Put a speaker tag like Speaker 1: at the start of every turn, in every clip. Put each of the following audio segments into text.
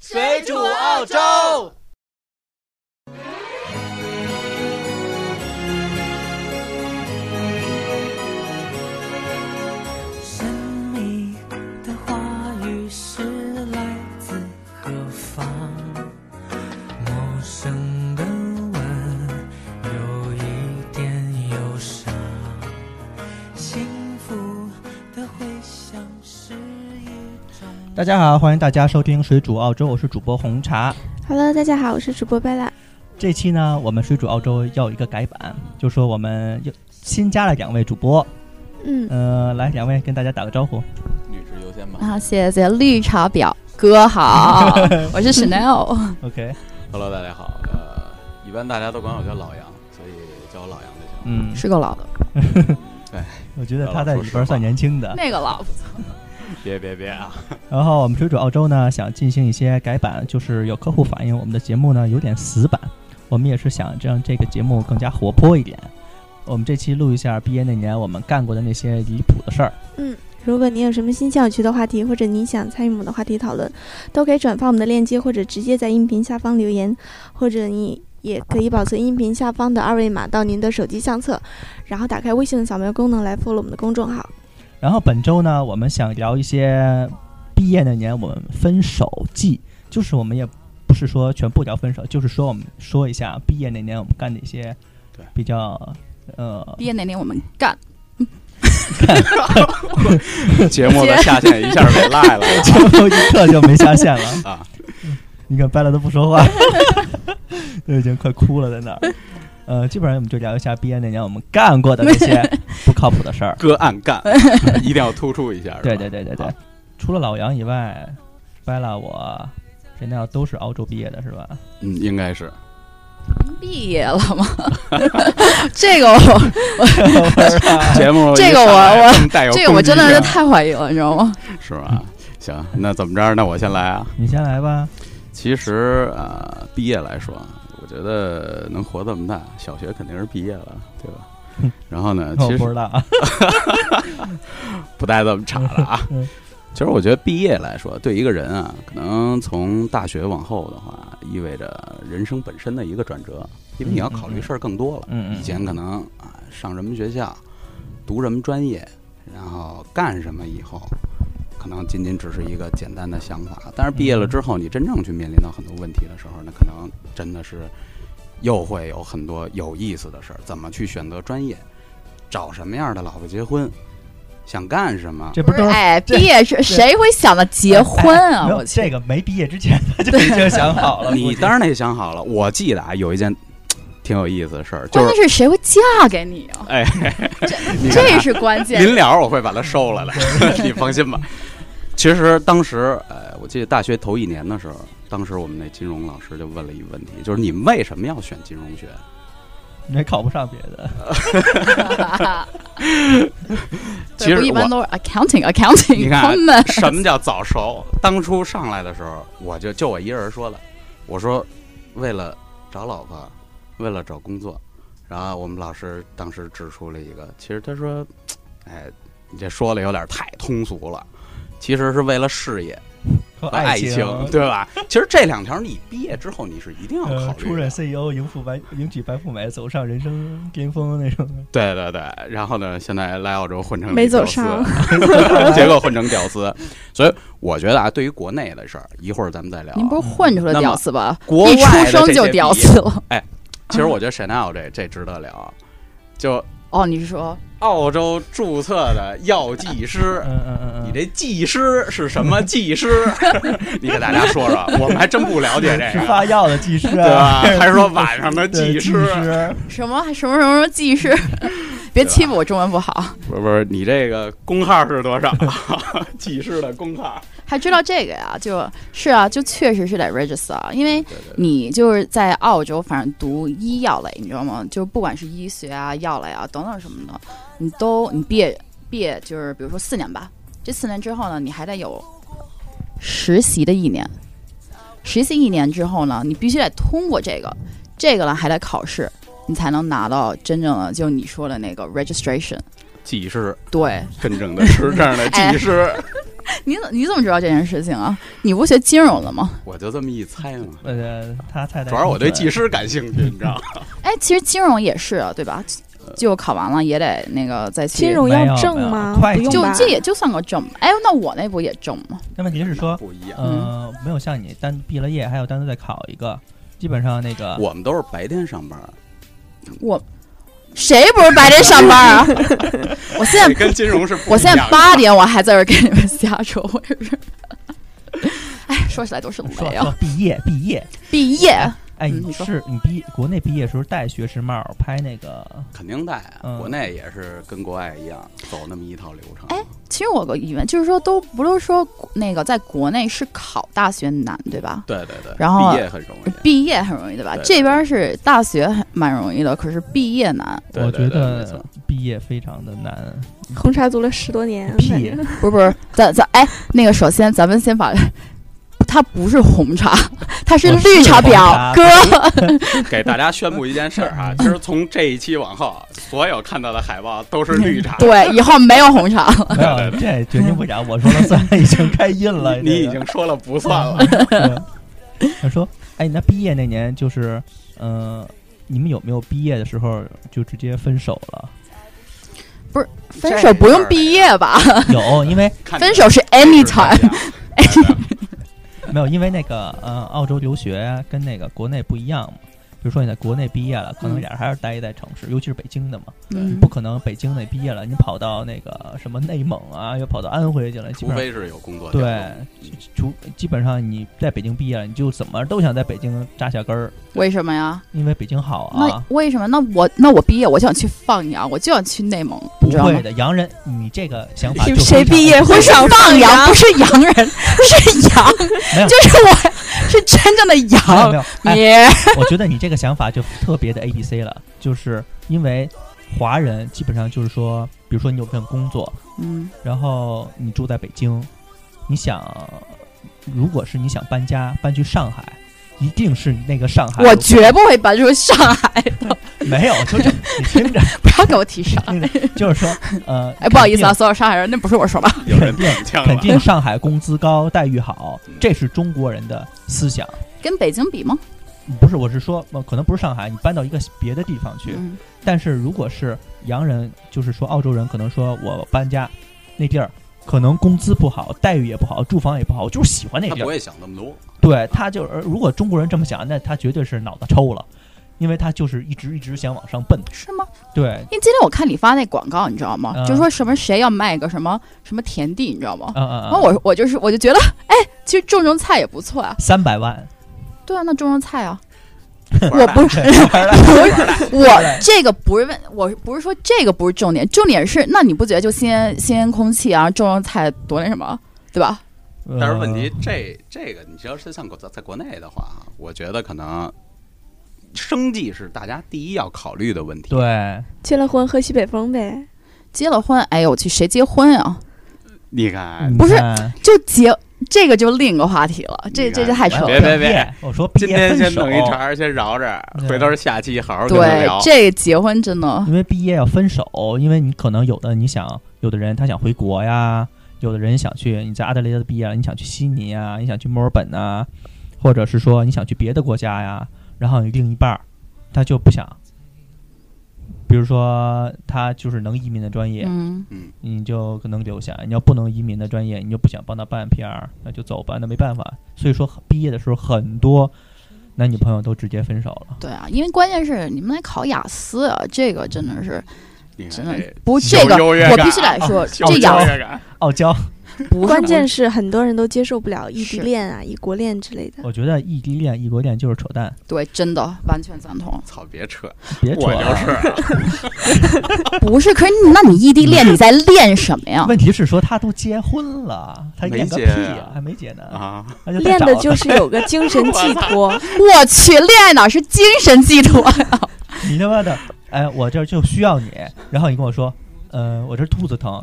Speaker 1: 水煮澳洲。
Speaker 2: 神秘的话语是来自何方？陌生的吻有一点忧伤，幸福的回响是一种。
Speaker 3: 大家好，欢迎大家收听水煮澳洲，我是主播红茶。
Speaker 4: Hello，大家好，我是主播贝拉。
Speaker 3: 这期呢，我们水煮澳洲要有一个改版，就说我们又新加了两位主播，
Speaker 4: 嗯，
Speaker 3: 呃，来两位跟大家打个招呼。
Speaker 1: 女士优先吧。
Speaker 5: 啊，谢谢绿茶婊 哥好，我是 Chanel。
Speaker 3: OK，
Speaker 1: Hello，大家好。呃，一般大家都管我叫老杨，所以叫我老杨就 行。
Speaker 3: 嗯，
Speaker 5: 是够老的，
Speaker 3: 我觉得他在里边算年轻的。
Speaker 5: 那个老
Speaker 1: 别别别啊！
Speaker 3: 然后我们水煮澳洲呢，想进行一些改版，就是有客户反映我们的节目呢有点死板，我们也是想让这个节目更加活泼一点。我们这期录一下毕业那年我们干过的那些离谱的事儿。
Speaker 4: 如果您有什么新鲜有趣的话题，或者您想参与我们的话题讨论，都可以转发我们的链接，或者直接在音频下方留言，或者你也可以保存音频下方的二维码到您的手机相册，然后打开微信的扫描功能来 follow 我们的公众号。
Speaker 3: 然后本周呢，我们想聊一些毕业那年我们分手季，就是我们也不是说全部聊分手，就是说我们说一下毕业那年我们干的一些
Speaker 1: 对
Speaker 3: 比较呃
Speaker 5: 毕业那年我们干，
Speaker 1: 节目的下线一下被赖 了
Speaker 3: 最后一刻就没下线了。
Speaker 1: 啊！
Speaker 3: 你看掰了都不说话，都已经快哭了在那儿。呃，基本上我们就聊一下毕业那年我们干过的那些不靠谱的事儿。
Speaker 1: 个案干，一定要突出一下。 是吧
Speaker 3: 对对对对对
Speaker 1: 好，
Speaker 3: 除了老杨以外，掰了我。谁那都是澳洲毕业的是吧？
Speaker 1: 嗯，应该是。
Speaker 5: 毕业了 吗？这个我
Speaker 1: 哎节目
Speaker 5: 这个
Speaker 1: 一上来
Speaker 5: 我我
Speaker 1: 这么带有
Speaker 5: 这个我真的
Speaker 1: 攻击
Speaker 5: 是
Speaker 1: 性
Speaker 5: 太怀疑了，你知道吗？
Speaker 1: 是吧？行，那怎么着？那我先来啊。
Speaker 3: 你先来吧。
Speaker 1: 其实啊、呃毕业来说，我觉得能活这么大，小学肯定是毕业了，对吧？然后呢，
Speaker 3: 我
Speaker 1: 其
Speaker 3: 不
Speaker 1: 实
Speaker 3: 知道啊。
Speaker 1: 不带这么岔的啊
Speaker 3: 嗯。
Speaker 1: 其实我觉得毕业来说，对一个人啊，可能从大学往后的话，意味着人生本身的一个转折，因为你要考虑事儿更多了。
Speaker 3: 嗯嗯，
Speaker 1: 以前可能啊，上什么学校，读什么专业，然后干什么以后，可能仅仅只是一个简单的想法。但是毕业了之后，你真正去面临到很多问题的时候，那可能真的是又会有很多有意思的事儿。怎么去选择专业，找什么样的老婆结婚，想干什 么？
Speaker 3: 这不是都是
Speaker 5: 哎，毕业是谁会想到结婚啊？
Speaker 3: 没有
Speaker 5: 我去，
Speaker 3: 这个没毕业之前 他就已经想好 了。
Speaker 1: 你
Speaker 3: 估计
Speaker 1: 当然得想好了。我记得啊，有一件挺有意思的事儿，就
Speaker 5: 关
Speaker 1: 是
Speaker 5: 键是谁会嫁给你啊？
Speaker 1: 哎，
Speaker 5: 这
Speaker 1: 你看啊
Speaker 5: 这是关键。
Speaker 1: 临了我会把它收了的， 你放心吧。其实当时，呃，我记得大学头一年的时候，当时我们那金融老师就问了一个问题，就是你们为什么要选金融学？
Speaker 3: 没考不上别 的，
Speaker 1: 其实
Speaker 5: 对不一般
Speaker 1: 我
Speaker 5: 都是 accounting accounting，
Speaker 1: 你看啊
Speaker 5: 他们
Speaker 1: 什么叫早熟？当初上来的时候，我就就我一个人说了，我说为了找老婆，为了找工作，然后我们老师当时指出了一个，其实他说，哎，你这说的有点太通俗了，其实是为了事业。
Speaker 3: 和
Speaker 1: 和爱
Speaker 3: 情
Speaker 1: 对吧？其实这两条你毕业之后你是一定要
Speaker 3: 呃
Speaker 1: 考
Speaker 3: 出
Speaker 1: 虑
Speaker 3: 任
Speaker 1: 的。
Speaker 3: CEO，迎富白迎娶白富美，走上人生巅峰那种。
Speaker 1: 对对对，然后呢，现在来澳洲混成
Speaker 4: 没走
Speaker 1: 屌丝
Speaker 4: 上，
Speaker 1: 结果混成屌丝。所以我觉得啊，对于国内的事儿，一会儿咱们再聊啊。
Speaker 5: 您不是混出来
Speaker 1: 那么
Speaker 5: 屌丝吧？
Speaker 1: 国外
Speaker 5: 一出
Speaker 1: 的
Speaker 5: 生
Speaker 1: 这
Speaker 5: 就
Speaker 1: 些
Speaker 5: 屌
Speaker 1: 毕业
Speaker 5: 丝了。
Speaker 1: 其实我觉得 Chanel 这这值得聊啊，就
Speaker 5: 哦，你是说
Speaker 1: 澳洲注册的药剂师
Speaker 3: 嗯。嗯嗯嗯，
Speaker 1: 你这技师是什么技师？ 你给大家说说，我们还真不了解这
Speaker 3: 是
Speaker 1: 个，啊
Speaker 3: 发药的技师 啊
Speaker 1: 对吧？还说晚上的
Speaker 3: 对
Speaker 1: 技
Speaker 3: 技
Speaker 1: 师，
Speaker 5: 什么什么什么技师？别欺负我中文不好，
Speaker 1: 不是不是，你这个工号是多少？技师的工号？
Speaker 5: 还知道这个呀？就是啊，就确实是得 register，啊因为
Speaker 1: 对对对
Speaker 5: 你就是在澳洲，反正读医药类，你知道吗？就是不管是医学啊、药类啊等等什么的，你都你毕业毕业就是比如说四年吧，这四年之后呢，你还得有实习的一年，实习一年之后呢，你必须得通过这个，这个呢还得考试，你才能拿到真正的就你说的那个 registration。
Speaker 1: 技师，
Speaker 5: 对，
Speaker 1: 真正的持证的技师。
Speaker 5: 你怎你怎么知道这件事情啊？你不学金融的吗？
Speaker 1: 我就这么一猜嘛。
Speaker 3: 呃，他太太
Speaker 1: 主要是我对技
Speaker 3: 术，
Speaker 1: 师感兴趣，你知道吗？
Speaker 5: 哎，其实金融也是啊，对吧？就考完了也得那个再去
Speaker 4: 金融
Speaker 3: 没有
Speaker 4: 要
Speaker 3: 没
Speaker 4: 证
Speaker 3: 有
Speaker 4: 吗？
Speaker 3: 会
Speaker 4: 不
Speaker 3: 计
Speaker 4: 用
Speaker 5: 就
Speaker 4: 吧？
Speaker 5: 这也就算个证嘛。哎，那我那不也证吗？
Speaker 3: 但问题是说，
Speaker 1: 不一样。
Speaker 3: 呃，没有像你单毕了业还有单独再考一个，基本上那个
Speaker 1: 我们都是白天上班，
Speaker 5: 谁不是白天上班 啊？我现在
Speaker 1: 这跟金融是不一样的
Speaker 5: 我现在八点我还在这儿给你们瞎说，我也是。哎，说起来都是
Speaker 3: 说
Speaker 5: 没有
Speaker 3: 说毕业毕业，
Speaker 5: 毕业，
Speaker 3: 哎，
Speaker 5: 嗯
Speaker 3: 你
Speaker 5: 你说
Speaker 3: 是你毕国内毕业时候戴学士帽拍那个，
Speaker 1: 肯定带啊，
Speaker 3: 嗯
Speaker 1: 国内也是跟国外一样走那么一套流程。
Speaker 5: 哎其实我有个疑问，就是说都不是说那个在国内是考大学难对吧？
Speaker 1: 对对对，
Speaker 5: 然后
Speaker 1: 毕业很容易。
Speaker 5: 毕业很容易对吧？
Speaker 1: 对
Speaker 5: 这边是大学很蛮容易的，可是毕业难。
Speaker 1: 对
Speaker 3: 我觉
Speaker 1: 对对没
Speaker 3: 得
Speaker 1: 错
Speaker 3: 毕业非常的难，
Speaker 4: 红茶族了十多年，
Speaker 5: 嗯
Speaker 4: 反
Speaker 3: 屁
Speaker 4: 正
Speaker 5: 不是不是，咱咱哎，那个首先咱们先把，它不是红茶，它是
Speaker 3: 我是
Speaker 5: 绿茶
Speaker 3: 红
Speaker 5: 婊
Speaker 3: 哦茶
Speaker 5: 哥。
Speaker 1: 给大家宣布一件事儿啊，就是从这一期往后，所有看到的海报都是绿茶。
Speaker 5: 对，以后没有红茶了。
Speaker 3: 没有这决定不了，我说了算， 已经开印了，
Speaker 1: 你
Speaker 3: 这
Speaker 1: 已
Speaker 3: 个
Speaker 1: 经说了不算了。
Speaker 3: 对 他说：“哎，那毕业那年就是，呃，你们有没有毕业的时候就直接分手了？
Speaker 5: 分手不用毕业吧？
Speaker 3: 有，因为
Speaker 1: 看
Speaker 5: 分手是
Speaker 1: 你
Speaker 5: anytime。
Speaker 3: 没有，因为那个呃，澳洲留学跟那个国内不一样嘛。比如说你在国内毕业了，可能
Speaker 5: 嗯
Speaker 3: 俩人还是待在城市，尤其是北京的嘛，
Speaker 5: 嗯
Speaker 3: 不可能北京的毕业了，你跑到那个什么内蒙啊，又跑到安徽去了，基
Speaker 1: 除
Speaker 3: 本上
Speaker 1: 非是有工作。
Speaker 3: 对，除基本上你在北京毕业了，你就怎么都想在北京扎下根儿，
Speaker 5: 为什么呀？
Speaker 3: 因为北京好
Speaker 5: 那
Speaker 3: 啊。”
Speaker 5: 为什么？那我那我毕业，我就想去放羊，我就想去内蒙，
Speaker 3: 不
Speaker 5: 你知道
Speaker 3: 会
Speaker 5: 吗？
Speaker 3: 的，洋人，你这个想法就
Speaker 4: 谁
Speaker 3: 非常
Speaker 4: 毕业会
Speaker 5: 不是
Speaker 4: 想
Speaker 5: 放
Speaker 4: 羊
Speaker 5: 不？是洋人， 是羊，
Speaker 3: 没有
Speaker 5: 就是我 是真正的
Speaker 3: 没有没
Speaker 5: 羊。
Speaker 3: 有，哎，
Speaker 5: 你
Speaker 3: 我觉得你这个想法就特别的 A B C 了，就是因为华人基本上就是说，比如说你有份工作，
Speaker 5: 嗯
Speaker 3: 然后你住在北京，你想，如果是你想搬家搬去上海，一定是那个上海。
Speaker 5: 我绝不会搬出上海 的，
Speaker 3: 没有，就这，你听着，
Speaker 5: 不要给我提 上海。
Speaker 3: 听 着，就是说，呃，
Speaker 5: 哎，不好意思啊，，所有上海人，那不是我说吧？
Speaker 1: 有人点枪
Speaker 3: 肯
Speaker 1: 了。
Speaker 3: 定上海工资高，待遇好
Speaker 1: 嗯，
Speaker 3: 这是中国人的思想。
Speaker 5: 跟北京比吗？
Speaker 3: 不是，我是说，呃可能不是上海，你搬到一个别的地方去，
Speaker 5: 嗯
Speaker 3: 但是如果是洋人，就是说澳洲人，可能说我搬家那地儿，可能工资不好，待遇也不好，住房也不好，我就是喜欢那
Speaker 1: 他
Speaker 3: 地
Speaker 1: 不
Speaker 3: 儿。
Speaker 1: 会想那么多，
Speaker 3: 对他就是，呃如果中国人这么想，那他绝对是脑子抽了，因为他就是一直一直想往上奔。
Speaker 5: 是吗？
Speaker 3: 对，
Speaker 5: 因为今天我看你发那广告，你知道吗？
Speaker 3: 嗯
Speaker 5: 就说什么谁要卖个什么什么田地，你知道吗？
Speaker 3: 嗯嗯
Speaker 5: 然后
Speaker 3: 嗯，
Speaker 5: 哦我我就是我就觉得， 哎，其实种种菜也不错啊。
Speaker 3: 三百万，
Speaker 5: 对啊，那种种菜啊，我
Speaker 1: 我
Speaker 5: 不是
Speaker 3: 对， 玩赖
Speaker 5: 我这个不是问，我不是说这个不是重点，重点是那你不觉得就新鲜新鲜空气啊，种种菜多那什么，对吧？
Speaker 1: 但是问题，这这个你要是像国在在国内的话啊，我觉得可能生计是大家第一要考虑的问题。
Speaker 3: 呃
Speaker 4: 结了婚喝西北风呗。
Speaker 5: 结了婚，哎呦我去，谁结婚啊？
Speaker 1: 你
Speaker 3: 对，
Speaker 1: 看
Speaker 3: 你，
Speaker 5: 哎不是
Speaker 3: 看
Speaker 5: 就结这个就另一个话题了，这
Speaker 1: 你看
Speaker 5: 这这太扯
Speaker 3: 哎我
Speaker 1: 别
Speaker 5: 了。
Speaker 1: 别
Speaker 3: 毕业，我说毕
Speaker 1: 今
Speaker 3: 业
Speaker 1: 天
Speaker 3: 分
Speaker 1: 先
Speaker 3: 手
Speaker 1: 弄，一茬，先饶着，回头下期好好跟他
Speaker 5: 对
Speaker 1: 聊，。
Speaker 5: 这个结婚真的
Speaker 3: 因为毕业要分手，因为你可能有的你想，有的人他想回国呀，有的人想去你在阿德雷德毕业了，你想去悉尼呀，你想去墨尔本呐，或者是说你想去别的国家呀，然后你另一半儿他就不想，比如说他就是能移民的专业，
Speaker 5: 嗯，
Speaker 3: 你就可能留下；你要不能移民的专业，你就不想帮他办 PR，那就走吧，那没办法。所以说毕业的时候，很多男女朋友都直接分手了。
Speaker 5: 对啊，因为关键是你们来考雅思啊，这个真的是
Speaker 1: 你看
Speaker 5: 真的
Speaker 1: 这
Speaker 5: 不
Speaker 1: 有
Speaker 5: 这个，
Speaker 1: 优越
Speaker 5: 我
Speaker 1: 感啊哦
Speaker 5: 必须得说，
Speaker 1: 有
Speaker 5: 这
Speaker 1: 优
Speaker 5: 雅思
Speaker 1: 越感，，
Speaker 3: 傲娇，
Speaker 5: 不是
Speaker 4: 关键是很多人都接受不了异地
Speaker 5: 是
Speaker 4: 恋啊、异国恋之类的。
Speaker 3: 我觉得异地恋、异国恋就是扯淡，
Speaker 5: 对，真的完全赞同
Speaker 1: 操，别扯，
Speaker 3: 别扯
Speaker 1: 我
Speaker 3: 了。
Speaker 1: 就是啊。
Speaker 5: 不是？可是你那你异地恋你在恋什么呀？
Speaker 3: 问题是说他都结婚了，他
Speaker 1: 没
Speaker 3: 练个
Speaker 1: 结
Speaker 3: 屁
Speaker 1: 呀
Speaker 3: 还没结呢，
Speaker 1: 啊，
Speaker 3: 那就再
Speaker 4: 练
Speaker 3: 找
Speaker 4: 的
Speaker 3: 吧
Speaker 4: 就是有个精神寄托，
Speaker 5: 我去，恋爱脑是精神寄托，
Speaker 3: 你他妈的，哎，我这儿就需要你，然后你跟我说，呃，我这儿肚子疼，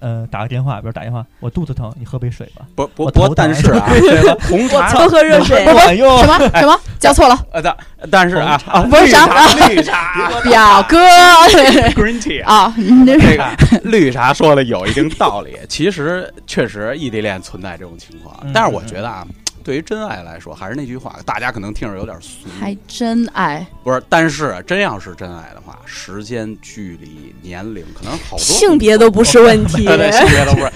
Speaker 3: 呃打个电话，比如打电话，我肚子疼，你喝杯水吧。
Speaker 1: 不不
Speaker 3: 我
Speaker 1: 不
Speaker 3: 头
Speaker 1: 过，但
Speaker 3: 疼
Speaker 1: 是啊，红
Speaker 5: 我
Speaker 1: 茶
Speaker 5: 操
Speaker 4: 多喝热水
Speaker 5: 不。不
Speaker 3: 哎呦，
Speaker 5: 什么什么叫错了，
Speaker 1: 呃，但但是啊，啊
Speaker 5: 不是
Speaker 1: 绿
Speaker 5: 啥
Speaker 1: 茶，绿茶
Speaker 5: 表哥
Speaker 1: ，green tea 啊。
Speaker 5: 啊，你这
Speaker 1: 这个绿茶说的有一定道理，其实确实异地恋存在这种情况
Speaker 3: 嗯，
Speaker 1: 但是我觉得啊，对于真爱来说，还是那句话，大家可能听着有点俗，
Speaker 5: 还真 爱，
Speaker 1: 不是，但是啊真要是真爱的话，时间、距离、年龄，可能好多呃
Speaker 4: 性别都不是问题，
Speaker 1: 对对性别都不是。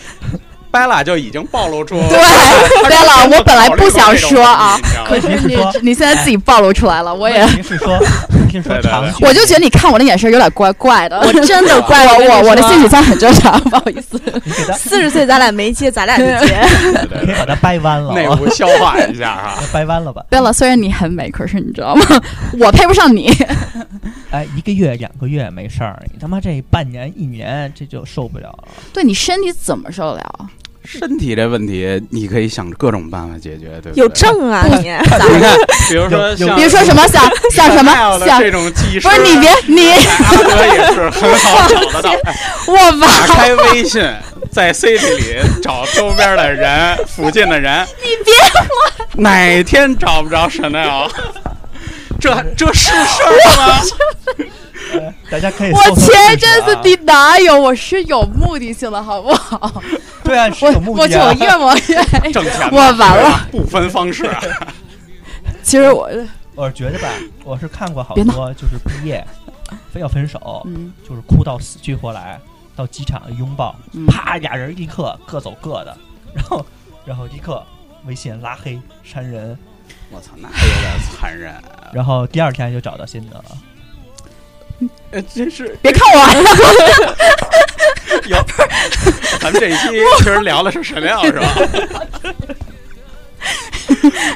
Speaker 1: 掰拉就已经暴露出
Speaker 5: 对对了，我本来不想说啊， 可
Speaker 1: 可
Speaker 5: 是
Speaker 3: 问题是
Speaker 5: 你
Speaker 3: 说
Speaker 5: 你现在自己暴露出来了，我也
Speaker 3: 问。题是 说，问题是说
Speaker 1: 对对对
Speaker 3: 长距离，
Speaker 5: 啊我就觉得你看我那眼神有点怪怪的， 我真的
Speaker 4: 怪我
Speaker 5: 我
Speaker 4: 跟你
Speaker 5: 我我的
Speaker 4: 说
Speaker 5: 性取向很正常， 不好意思。
Speaker 3: 你给他，
Speaker 4: 四十岁咱俩没结，咱俩就
Speaker 1: 对
Speaker 4: 结。
Speaker 1: 对
Speaker 3: 你可以
Speaker 1: 对
Speaker 3: 把他掰弯了，
Speaker 1: 内
Speaker 3: 啊，
Speaker 1: 部消化一下哈。
Speaker 3: 掰弯了吧？
Speaker 5: 贝了，虽然你很美，可是你知道吗？ 我配不上你。
Speaker 3: 哎，一个月、两个月没事儿，你他妈这半年、一年这就受不了了。
Speaker 5: 对你身体怎么受得了？啊
Speaker 1: 身体这问题，你可以想各种办法解决，对不对？
Speaker 4: 有证啊你！
Speaker 5: 咋
Speaker 1: 你看，比如说
Speaker 3: 有有
Speaker 1: 像
Speaker 5: 比如说什么 像像什么
Speaker 1: 像
Speaker 5: 像，
Speaker 1: 这种技术，
Speaker 5: 不是你别你
Speaker 1: 阿德也是很好找得到。
Speaker 5: 我
Speaker 1: 打
Speaker 5: 吧，
Speaker 1: 开微信，在 City 里找周边的人、附近的人。你别我，哪天找不着 Chanel？这这是事儿吗？
Speaker 3: 哎大家可以搜搜
Speaker 5: 我前
Speaker 3: 试
Speaker 5: 一
Speaker 3: 试啊
Speaker 5: 阵子你哪有？我是有目的性的好不好？
Speaker 3: 对啊，是
Speaker 5: 我
Speaker 3: 有目
Speaker 5: 我
Speaker 3: 的啊
Speaker 5: 就越我 越。
Speaker 1: 挣钱嘛
Speaker 5: 我完了，
Speaker 1: 不分方式啊。
Speaker 5: 其实我
Speaker 3: 我是觉得吧，我是看过好
Speaker 5: 别闹
Speaker 3: 多，就是毕业非要分手，
Speaker 5: 嗯
Speaker 3: 就是哭到死去活来，到机场拥抱，
Speaker 5: 嗯
Speaker 3: 啪，俩人立刻各走各的，然后然后立刻微信拉黑删人，
Speaker 1: 我操，那有点残忍。啊
Speaker 3: 然后第二天就找到新的了。
Speaker 1: 呃，真是
Speaker 5: 别看我，
Speaker 1: 有。咱们这一期其实聊的是 Chanel 是吧？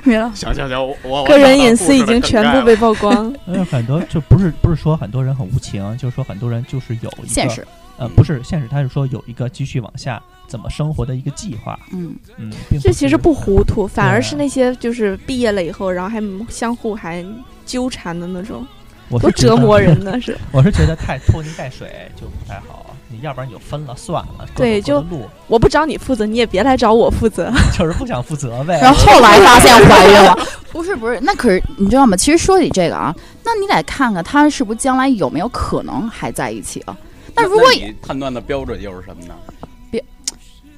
Speaker 5: 没了。
Speaker 1: 行行行，我我
Speaker 4: 个人隐私 已经全部被曝光，
Speaker 3: 因为哎很多就不是不是说很多人很无情，就是说很多人就是有一个
Speaker 5: 现实，
Speaker 3: 呃不是现实，他是说有一个继续往下怎么生活的一个计划，
Speaker 5: 嗯，
Speaker 3: 嗯，并
Speaker 4: 这其实
Speaker 3: 是
Speaker 4: 不糊涂，反而
Speaker 3: 对啊
Speaker 4: 是那些就是毕业了以后，然后还相互还纠缠的那种，
Speaker 3: 我是
Speaker 4: 多
Speaker 3: 觉得
Speaker 4: 折磨人呢。是
Speaker 3: 我是觉得太拖泥带水就不太好，你要不然你就分了算了，各
Speaker 4: 对
Speaker 3: 走各的路
Speaker 4: 我不找你负责，你也别来找我负责。
Speaker 3: 就是不想负责 呗。
Speaker 5: 然后后来发现怀孕了， 不是不是，那可是你知道吗？其实说起这个啊，那你得看看他是不是将来有没有可能还在一起啊。那如果
Speaker 1: 你判断的标准又是什么呢？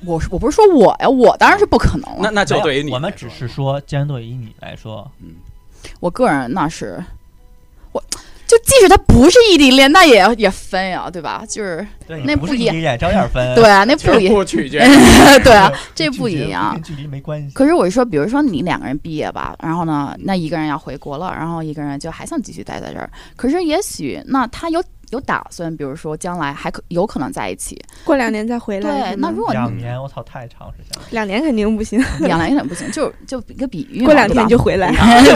Speaker 5: 我是我不是说我呀，我当然是不可能
Speaker 1: 那
Speaker 5: 了。
Speaker 1: 那就对于你来说，
Speaker 3: 没有我们 只是说，既然对于你来说，
Speaker 1: 嗯
Speaker 5: 我个人那是，我就即使他不是异地恋，那也也分呀，对吧？就是
Speaker 3: 对
Speaker 5: 那
Speaker 3: 你不
Speaker 5: 不
Speaker 3: 是
Speaker 5: 一
Speaker 3: 异地恋，照样分。
Speaker 5: 对啊，那
Speaker 1: 全
Speaker 5: 不一
Speaker 1: 部 取决
Speaker 5: 对啊，
Speaker 3: 这
Speaker 5: 这不一样。
Speaker 3: 距离没关系。
Speaker 5: 可是我是说，比如说你两个人毕业吧，然后呢，那一个人要回国了，然后一个人就还想继续待在这儿。可是也许那他有有打算，比如说将来还可有可能在一起。
Speaker 4: 过两年再回来
Speaker 5: 对，
Speaker 4: 是吗，
Speaker 5: 那如果
Speaker 3: 两年，我操，太长时间了。
Speaker 4: 两年肯定不行，
Speaker 5: 两年有点不行，就就一个比喻嘛，
Speaker 4: 过两
Speaker 5: 对吧
Speaker 4: 天就回来。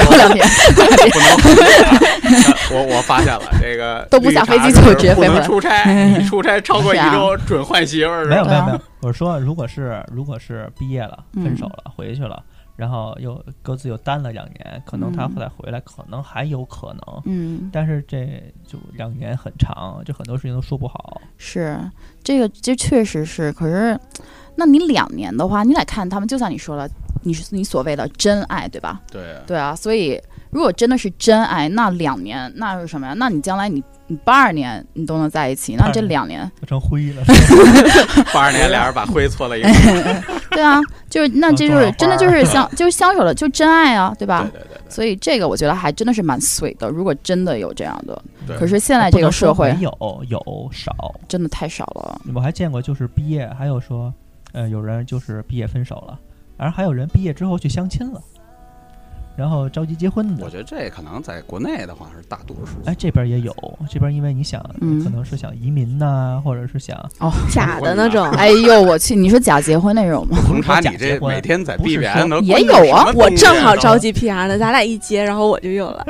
Speaker 5: 过两天，
Speaker 1: 不能回家。我我发现了，这个
Speaker 5: 都不下飞机
Speaker 1: 绿茶
Speaker 5: 就直接
Speaker 1: 不
Speaker 5: 飞回
Speaker 1: 能
Speaker 5: 来
Speaker 1: 出 差，你出差超过一
Speaker 5: 是啊
Speaker 1: 周准换媳妇儿。
Speaker 3: 没有没
Speaker 5: 对
Speaker 3: 有
Speaker 5: 啊
Speaker 3: 没有，我是说，如果是如果是毕业了，分手了，回去了，然后又各自又单了两年，可能他
Speaker 5: 嗯
Speaker 3: 后来回来，可能还有可能。
Speaker 5: 嗯，
Speaker 3: 但是这就两年很长，就很多事情都说不好。
Speaker 5: 是这个，这确实是。可是，那你两年的话，你得看他们，就像你说了，你是你所谓的真爱，对吧？
Speaker 1: 对，
Speaker 5: 对啊，所以如果真的是真爱，那两年那是什么呀？那你将来你你八二年你都能在一起，那这
Speaker 3: 82
Speaker 5: 两年，
Speaker 3: 就成灰 了，
Speaker 1: 八二年俩人把灰搓了一块儿。
Speaker 5: 对啊，就是那这就
Speaker 3: 种
Speaker 5: 是
Speaker 3: 花啊
Speaker 5: 真的就是相就是相守了，就真爱啊，对吧
Speaker 1: 对？对对
Speaker 5: 所以这个我觉得还真的是蛮水的，如果真的有这样的，
Speaker 1: 对。
Speaker 5: 可是现在这
Speaker 3: 啊不能
Speaker 5: 个社
Speaker 3: 说
Speaker 5: 会
Speaker 3: 没有有少，
Speaker 5: 真的太少了。
Speaker 3: 我还见过就是毕业，还有说，呃，有人就是毕业分手了，然后还有人毕业之后去相亲了，然后着急结婚
Speaker 1: 我
Speaker 3: 的。
Speaker 1: 觉得这可能在国内的话是大多数。
Speaker 3: 哎，这边也有，这边因为你想，
Speaker 5: 嗯
Speaker 3: 可能是想移民呐、或者是想
Speaker 4: 假的那
Speaker 3: 啊
Speaker 4: 种。
Speaker 5: 哎呦我去，你说假结婚那种 吗？
Speaker 1: 红茶，你
Speaker 3: 不是
Speaker 1: 这
Speaker 3: 说
Speaker 1: 每天在
Speaker 3: 不是
Speaker 1: B
Speaker 3: 说
Speaker 1: B N 能
Speaker 5: 也
Speaker 1: 关注
Speaker 5: 有啊
Speaker 1: 什么
Speaker 4: 我
Speaker 1: 东西
Speaker 4: 正好
Speaker 1: 啊
Speaker 4: 着急 PR 呢，咱俩一接，然后我就有了。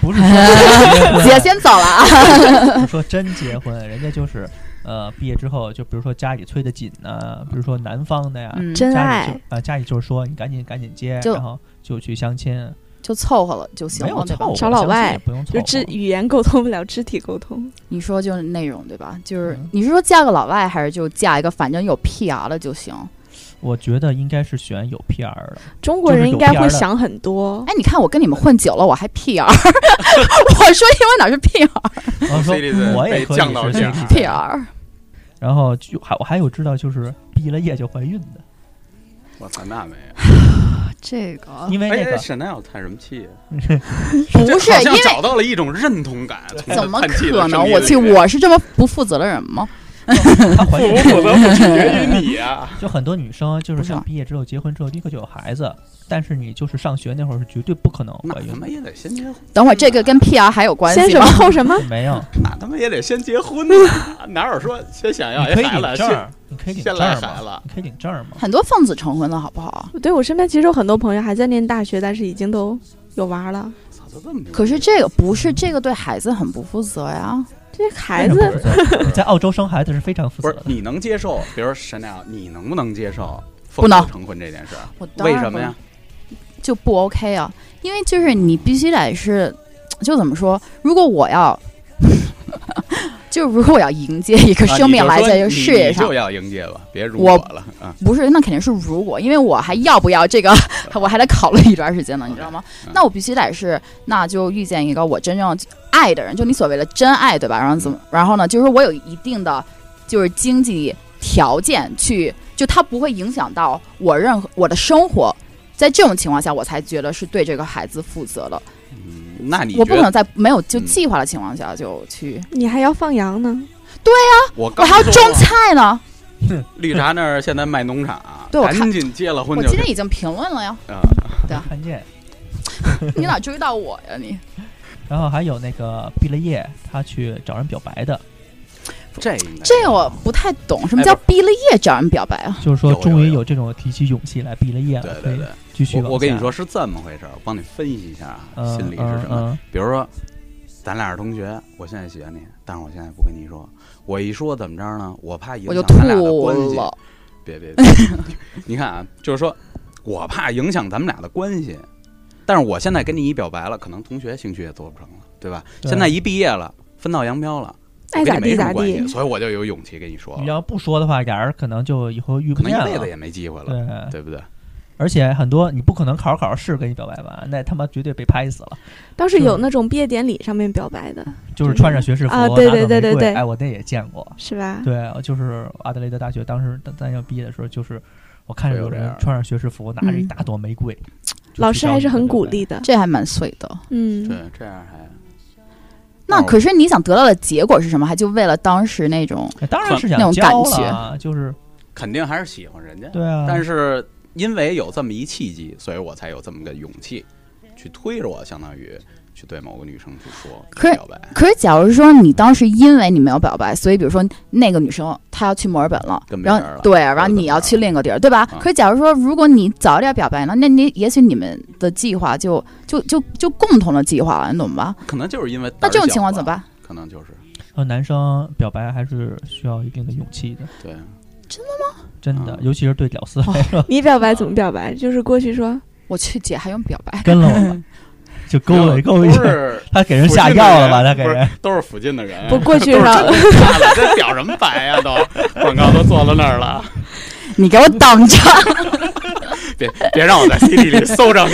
Speaker 3: 不是说
Speaker 5: 姐
Speaker 3: 结婚，
Speaker 5: 先走了啊。
Speaker 3: 不是说真结婚，人家就是呃，毕业之后就比如说家里催得紧呐、比如说南方的呀，
Speaker 5: 嗯，
Speaker 4: 真
Speaker 3: 家里
Speaker 4: 爱
Speaker 3: 就啊、家里就是说你赶紧赶紧结，
Speaker 5: 就
Speaker 3: 然后就去相亲，
Speaker 5: 就凑合了就行
Speaker 3: 没有
Speaker 5: 了，对吧
Speaker 3: 凑合？
Speaker 4: 找老
Speaker 3: 相信
Speaker 4: 外
Speaker 3: 也不用凑
Speaker 4: 就
Speaker 3: 合。
Speaker 4: 肢语言沟通不了，肢体沟通。
Speaker 5: 你说就是内容对吧？就是
Speaker 3: 嗯
Speaker 5: 你是说嫁个老外，还是就嫁一个反正有 PR 的就行？
Speaker 3: 我觉得应该是选有 PR 的，
Speaker 4: 中国
Speaker 3: 就是
Speaker 4: 人
Speaker 3: 有
Speaker 4: 应该
Speaker 3: PR
Speaker 4: 会
Speaker 3: 的
Speaker 4: 想很多。
Speaker 5: 哎，你看我跟你们混久了，我还 PR，我说英文哪是 PR
Speaker 3: 我说
Speaker 6: Citizen
Speaker 3: 我也
Speaker 6: 被
Speaker 3: 可以
Speaker 6: 降到
Speaker 3: 是
Speaker 6: 这儿
Speaker 5: PR？
Speaker 3: 然后就还我还有知道就是毕了业就怀孕的，
Speaker 1: 我操，那没有。
Speaker 5: 这个
Speaker 3: 因为那
Speaker 1: 哎
Speaker 3: 个
Speaker 1: ，Chanel 叹什么气？
Speaker 5: 不是
Speaker 1: 好像
Speaker 5: 因为
Speaker 1: 找到了一种认同感。从
Speaker 5: 怎么
Speaker 1: 叹气的
Speaker 5: 可
Speaker 1: 声
Speaker 5: 能？
Speaker 1: 音
Speaker 5: 我
Speaker 1: 里
Speaker 5: 去，
Speaker 1: 面
Speaker 5: 我是这么不负责的人吗？
Speaker 1: 哎
Speaker 3: 她怀
Speaker 6: 不
Speaker 3: 孕
Speaker 6: 负责不取决于你啊。
Speaker 3: 就很多女生就是
Speaker 5: 不是
Speaker 3: 想毕业之后结婚之后立刻就有孩子，但是你就是上学那会儿是绝对不可能
Speaker 1: 那
Speaker 3: 怀
Speaker 1: 他
Speaker 3: 孕
Speaker 1: 妈
Speaker 3: 的，
Speaker 1: 也得先结婚，
Speaker 5: 等会儿这个跟 PR 还有关
Speaker 4: 先
Speaker 5: 系
Speaker 4: 什
Speaker 5: 吗
Speaker 4: 么？后什么？
Speaker 3: 没有，
Speaker 1: 那他妈也得先结婚 呐！哪有说先想要
Speaker 3: 你
Speaker 1: 一
Speaker 3: 可以
Speaker 1: 孩子
Speaker 3: 领证
Speaker 1: 先
Speaker 3: 儿，你可以领
Speaker 1: 先
Speaker 3: 证
Speaker 1: 来
Speaker 3: 儿
Speaker 1: 孩
Speaker 3: 嘛，
Speaker 1: 子？
Speaker 3: 你可以领证儿嘛。
Speaker 5: 很多奉子成婚了，好不好？
Speaker 4: 对我身边其实有很多朋友还在念大学，但是已经都有娃了。
Speaker 1: 操，都这么牛
Speaker 5: 可是这个不是这个对孩子很不负责呀。
Speaker 4: 这孩
Speaker 3: 非常
Speaker 4: 子
Speaker 3: 不负 责你在澳洲生孩子是非常负
Speaker 1: 不
Speaker 3: 责
Speaker 1: 是
Speaker 3: 的，
Speaker 1: 你能接受？比如说 Chanel，你能不能接受
Speaker 5: 不能
Speaker 1: 奉子成婚这件事？
Speaker 5: 我当
Speaker 1: 为
Speaker 5: 然
Speaker 1: 什
Speaker 5: 不
Speaker 1: 么呀？
Speaker 5: 就不 OK 啊？因为就是你必须得是，就怎么说？如果我要， 就如果我要迎接一个
Speaker 1: 啊
Speaker 5: 生命
Speaker 1: 你就
Speaker 5: 来
Speaker 1: 说
Speaker 5: 在这个
Speaker 1: 你
Speaker 5: 事业
Speaker 1: 你
Speaker 5: 上
Speaker 1: 就，要迎接吧，别如
Speaker 5: 我
Speaker 1: 我了啊！
Speaker 5: 不是那肯定是如果，因为我还要不要 这个，我还得考虑一段时间呢，你知道吗
Speaker 1: OK，嗯？
Speaker 5: 那我必须得是，那就遇见一个我真正爱的人，就你所谓的真爱，对吧？然后怎么？
Speaker 1: 嗯
Speaker 5: 然后呢，就是我有一定的就是经济条件去，就它不会影响到我任何我的生活。在这种情况下，我才觉得是对这个孩子负责的。
Speaker 1: 嗯那你
Speaker 5: 我不
Speaker 1: 觉
Speaker 5: 可
Speaker 1: 得
Speaker 5: 能在没有就
Speaker 1: 嗯
Speaker 5: 计划的情况下就去，
Speaker 4: 你还要放羊呢？
Speaker 1: 我
Speaker 5: 我
Speaker 1: 刚
Speaker 5: 还要
Speaker 1: 说
Speaker 5: 种
Speaker 1: 了
Speaker 5: 菜呢。
Speaker 1: 绿茶那儿现在卖农场，啊
Speaker 5: 对我看
Speaker 1: 赶紧结了婚
Speaker 5: 我
Speaker 1: 就
Speaker 5: 今天已经评论了 呀，
Speaker 1: 啊，
Speaker 3: 看见。
Speaker 5: 你咋追到我呀你？
Speaker 3: 然后还有那个毕了业，他去找人表白的，
Speaker 1: 这应该
Speaker 5: 这个我不太懂，什么
Speaker 1: 哎
Speaker 5: 叫
Speaker 1: 不
Speaker 5: 毕了业找人表白啊？
Speaker 3: 就是说
Speaker 1: 有有
Speaker 3: 终于
Speaker 1: 有
Speaker 3: 有这种提起勇气来毕了业
Speaker 1: 对
Speaker 3: 了，可
Speaker 1: 对
Speaker 3: 以
Speaker 1: 对。
Speaker 3: 继续
Speaker 1: 我
Speaker 3: 往
Speaker 1: 我跟你
Speaker 3: 下
Speaker 1: 说，是这么回事儿，我帮你分析一下啊，
Speaker 3: 嗯
Speaker 1: 心理是
Speaker 3: 嗯
Speaker 1: 什么？
Speaker 3: 嗯，
Speaker 1: 比如说，咱俩是同学，我现在喜欢你，但是我现在不跟你说，我一说怎么着呢？我怕影
Speaker 5: 我就
Speaker 1: 响咱俩的
Speaker 5: 吐
Speaker 1: 关系。
Speaker 5: 了。
Speaker 1: 别别别，你看啊，就是说我怕影响咱们俩的关系，但是我现在跟你一表白了，可能同学兴趣也做不成了，对吧？
Speaker 3: 对
Speaker 1: 现在一毕业了，分道扬镳了，
Speaker 4: 爱
Speaker 1: 我跟
Speaker 4: 咋
Speaker 1: 你没
Speaker 4: 地
Speaker 1: 什么
Speaker 4: 咋
Speaker 1: 关
Speaker 4: 地
Speaker 1: 系，。所以啊我就有勇气跟你说
Speaker 3: 你
Speaker 1: 了，
Speaker 3: 要不说的话，俩人可能就以后遇
Speaker 1: 可
Speaker 3: 不
Speaker 1: 能
Speaker 3: 见
Speaker 1: 一辈子
Speaker 3: 了。
Speaker 1: 也没机会了，
Speaker 3: 对，
Speaker 1: 对不对？
Speaker 3: 而且很多你不可能考着考着试跟你表白吧，那他妈绝对被拍死了。
Speaker 4: 倒是有
Speaker 3: 是
Speaker 4: 那种毕业典礼上面表白的，
Speaker 3: 就是穿着学士服，
Speaker 4: 啊
Speaker 3: 拿
Speaker 4: 对
Speaker 3: 着
Speaker 4: 对对对
Speaker 3: 玫瑰
Speaker 4: 对
Speaker 3: 哎，我那也见过。
Speaker 4: 是吧？
Speaker 3: 对，就是阿德雷德大学当时咱咱要毕业的时候，就是我看着有
Speaker 1: 会有这
Speaker 3: 人
Speaker 1: 样
Speaker 3: 穿着学士服，拿着一
Speaker 5: 嗯
Speaker 3: 大朵玫瑰，就
Speaker 4: 老
Speaker 3: 去
Speaker 4: 师
Speaker 3: 找
Speaker 4: 还
Speaker 3: 你
Speaker 4: 是
Speaker 3: 的
Speaker 4: 很
Speaker 3: 表
Speaker 4: 鼓
Speaker 3: 白。
Speaker 4: 励的。
Speaker 5: 这还蛮碎的。
Speaker 4: 嗯，
Speaker 1: 对，这样还那
Speaker 5: 那
Speaker 1: 我
Speaker 5: 可是你想得到的结果是什么？还就为了当时那种
Speaker 3: 哎当然
Speaker 1: 很
Speaker 3: 是
Speaker 5: 那
Speaker 3: 想
Speaker 5: 种
Speaker 3: 交
Speaker 5: 感
Speaker 3: 了
Speaker 5: 觉
Speaker 3: 啊，就是
Speaker 1: 肯定还是喜欢人家，
Speaker 3: 对
Speaker 5: 嗯
Speaker 3: 啊。
Speaker 1: 但是因为有这么一契机，所以我才有这么个勇气去推着我，相当于去对某个女生去说
Speaker 5: 可
Speaker 1: 去
Speaker 5: 是
Speaker 1: 表白，
Speaker 5: 可是，假如说你当时因为你没有表白，所以比如说那个女生她要去墨尔本了
Speaker 1: 跟，别
Speaker 5: 然
Speaker 1: 人
Speaker 5: 后
Speaker 1: 了
Speaker 5: 对，然
Speaker 1: 或
Speaker 5: 后
Speaker 1: 者怎么
Speaker 5: 你要
Speaker 1: 样
Speaker 5: 去另一个地儿，对吧？
Speaker 1: 嗯
Speaker 5: 可是，假如说如果你早点表白呢，那你也许你们的计划就就就就共同的计划了，你懂吧？
Speaker 1: 可能就是因为
Speaker 5: 那这
Speaker 1: 胆
Speaker 5: 种
Speaker 1: 儿小
Speaker 5: 情况
Speaker 1: 吧
Speaker 5: 怎么？办？
Speaker 1: 可能就是
Speaker 3: 呃，男生表白还是需要一定的勇气的，
Speaker 1: 对，
Speaker 3: 真的
Speaker 1: 啊，
Speaker 3: 尤其是对屌丝
Speaker 4: 哦
Speaker 3: 来说，
Speaker 4: 你表白怎么表白？就是过去说，
Speaker 5: 我去，姐还用表 白？
Speaker 3: 跟了我吧，就勾了勾一
Speaker 1: 都
Speaker 3: 下，
Speaker 1: 是
Speaker 3: 他给人下药了吧？他给人，
Speaker 1: 都是附近的人，
Speaker 4: 不过去
Speaker 1: 嗯都是真的假
Speaker 4: 让
Speaker 1: 的这表什么白呀？都广告都做到那儿 了，
Speaker 5: 你给我等着！
Speaker 1: 别别让我在 CD 里搜着你。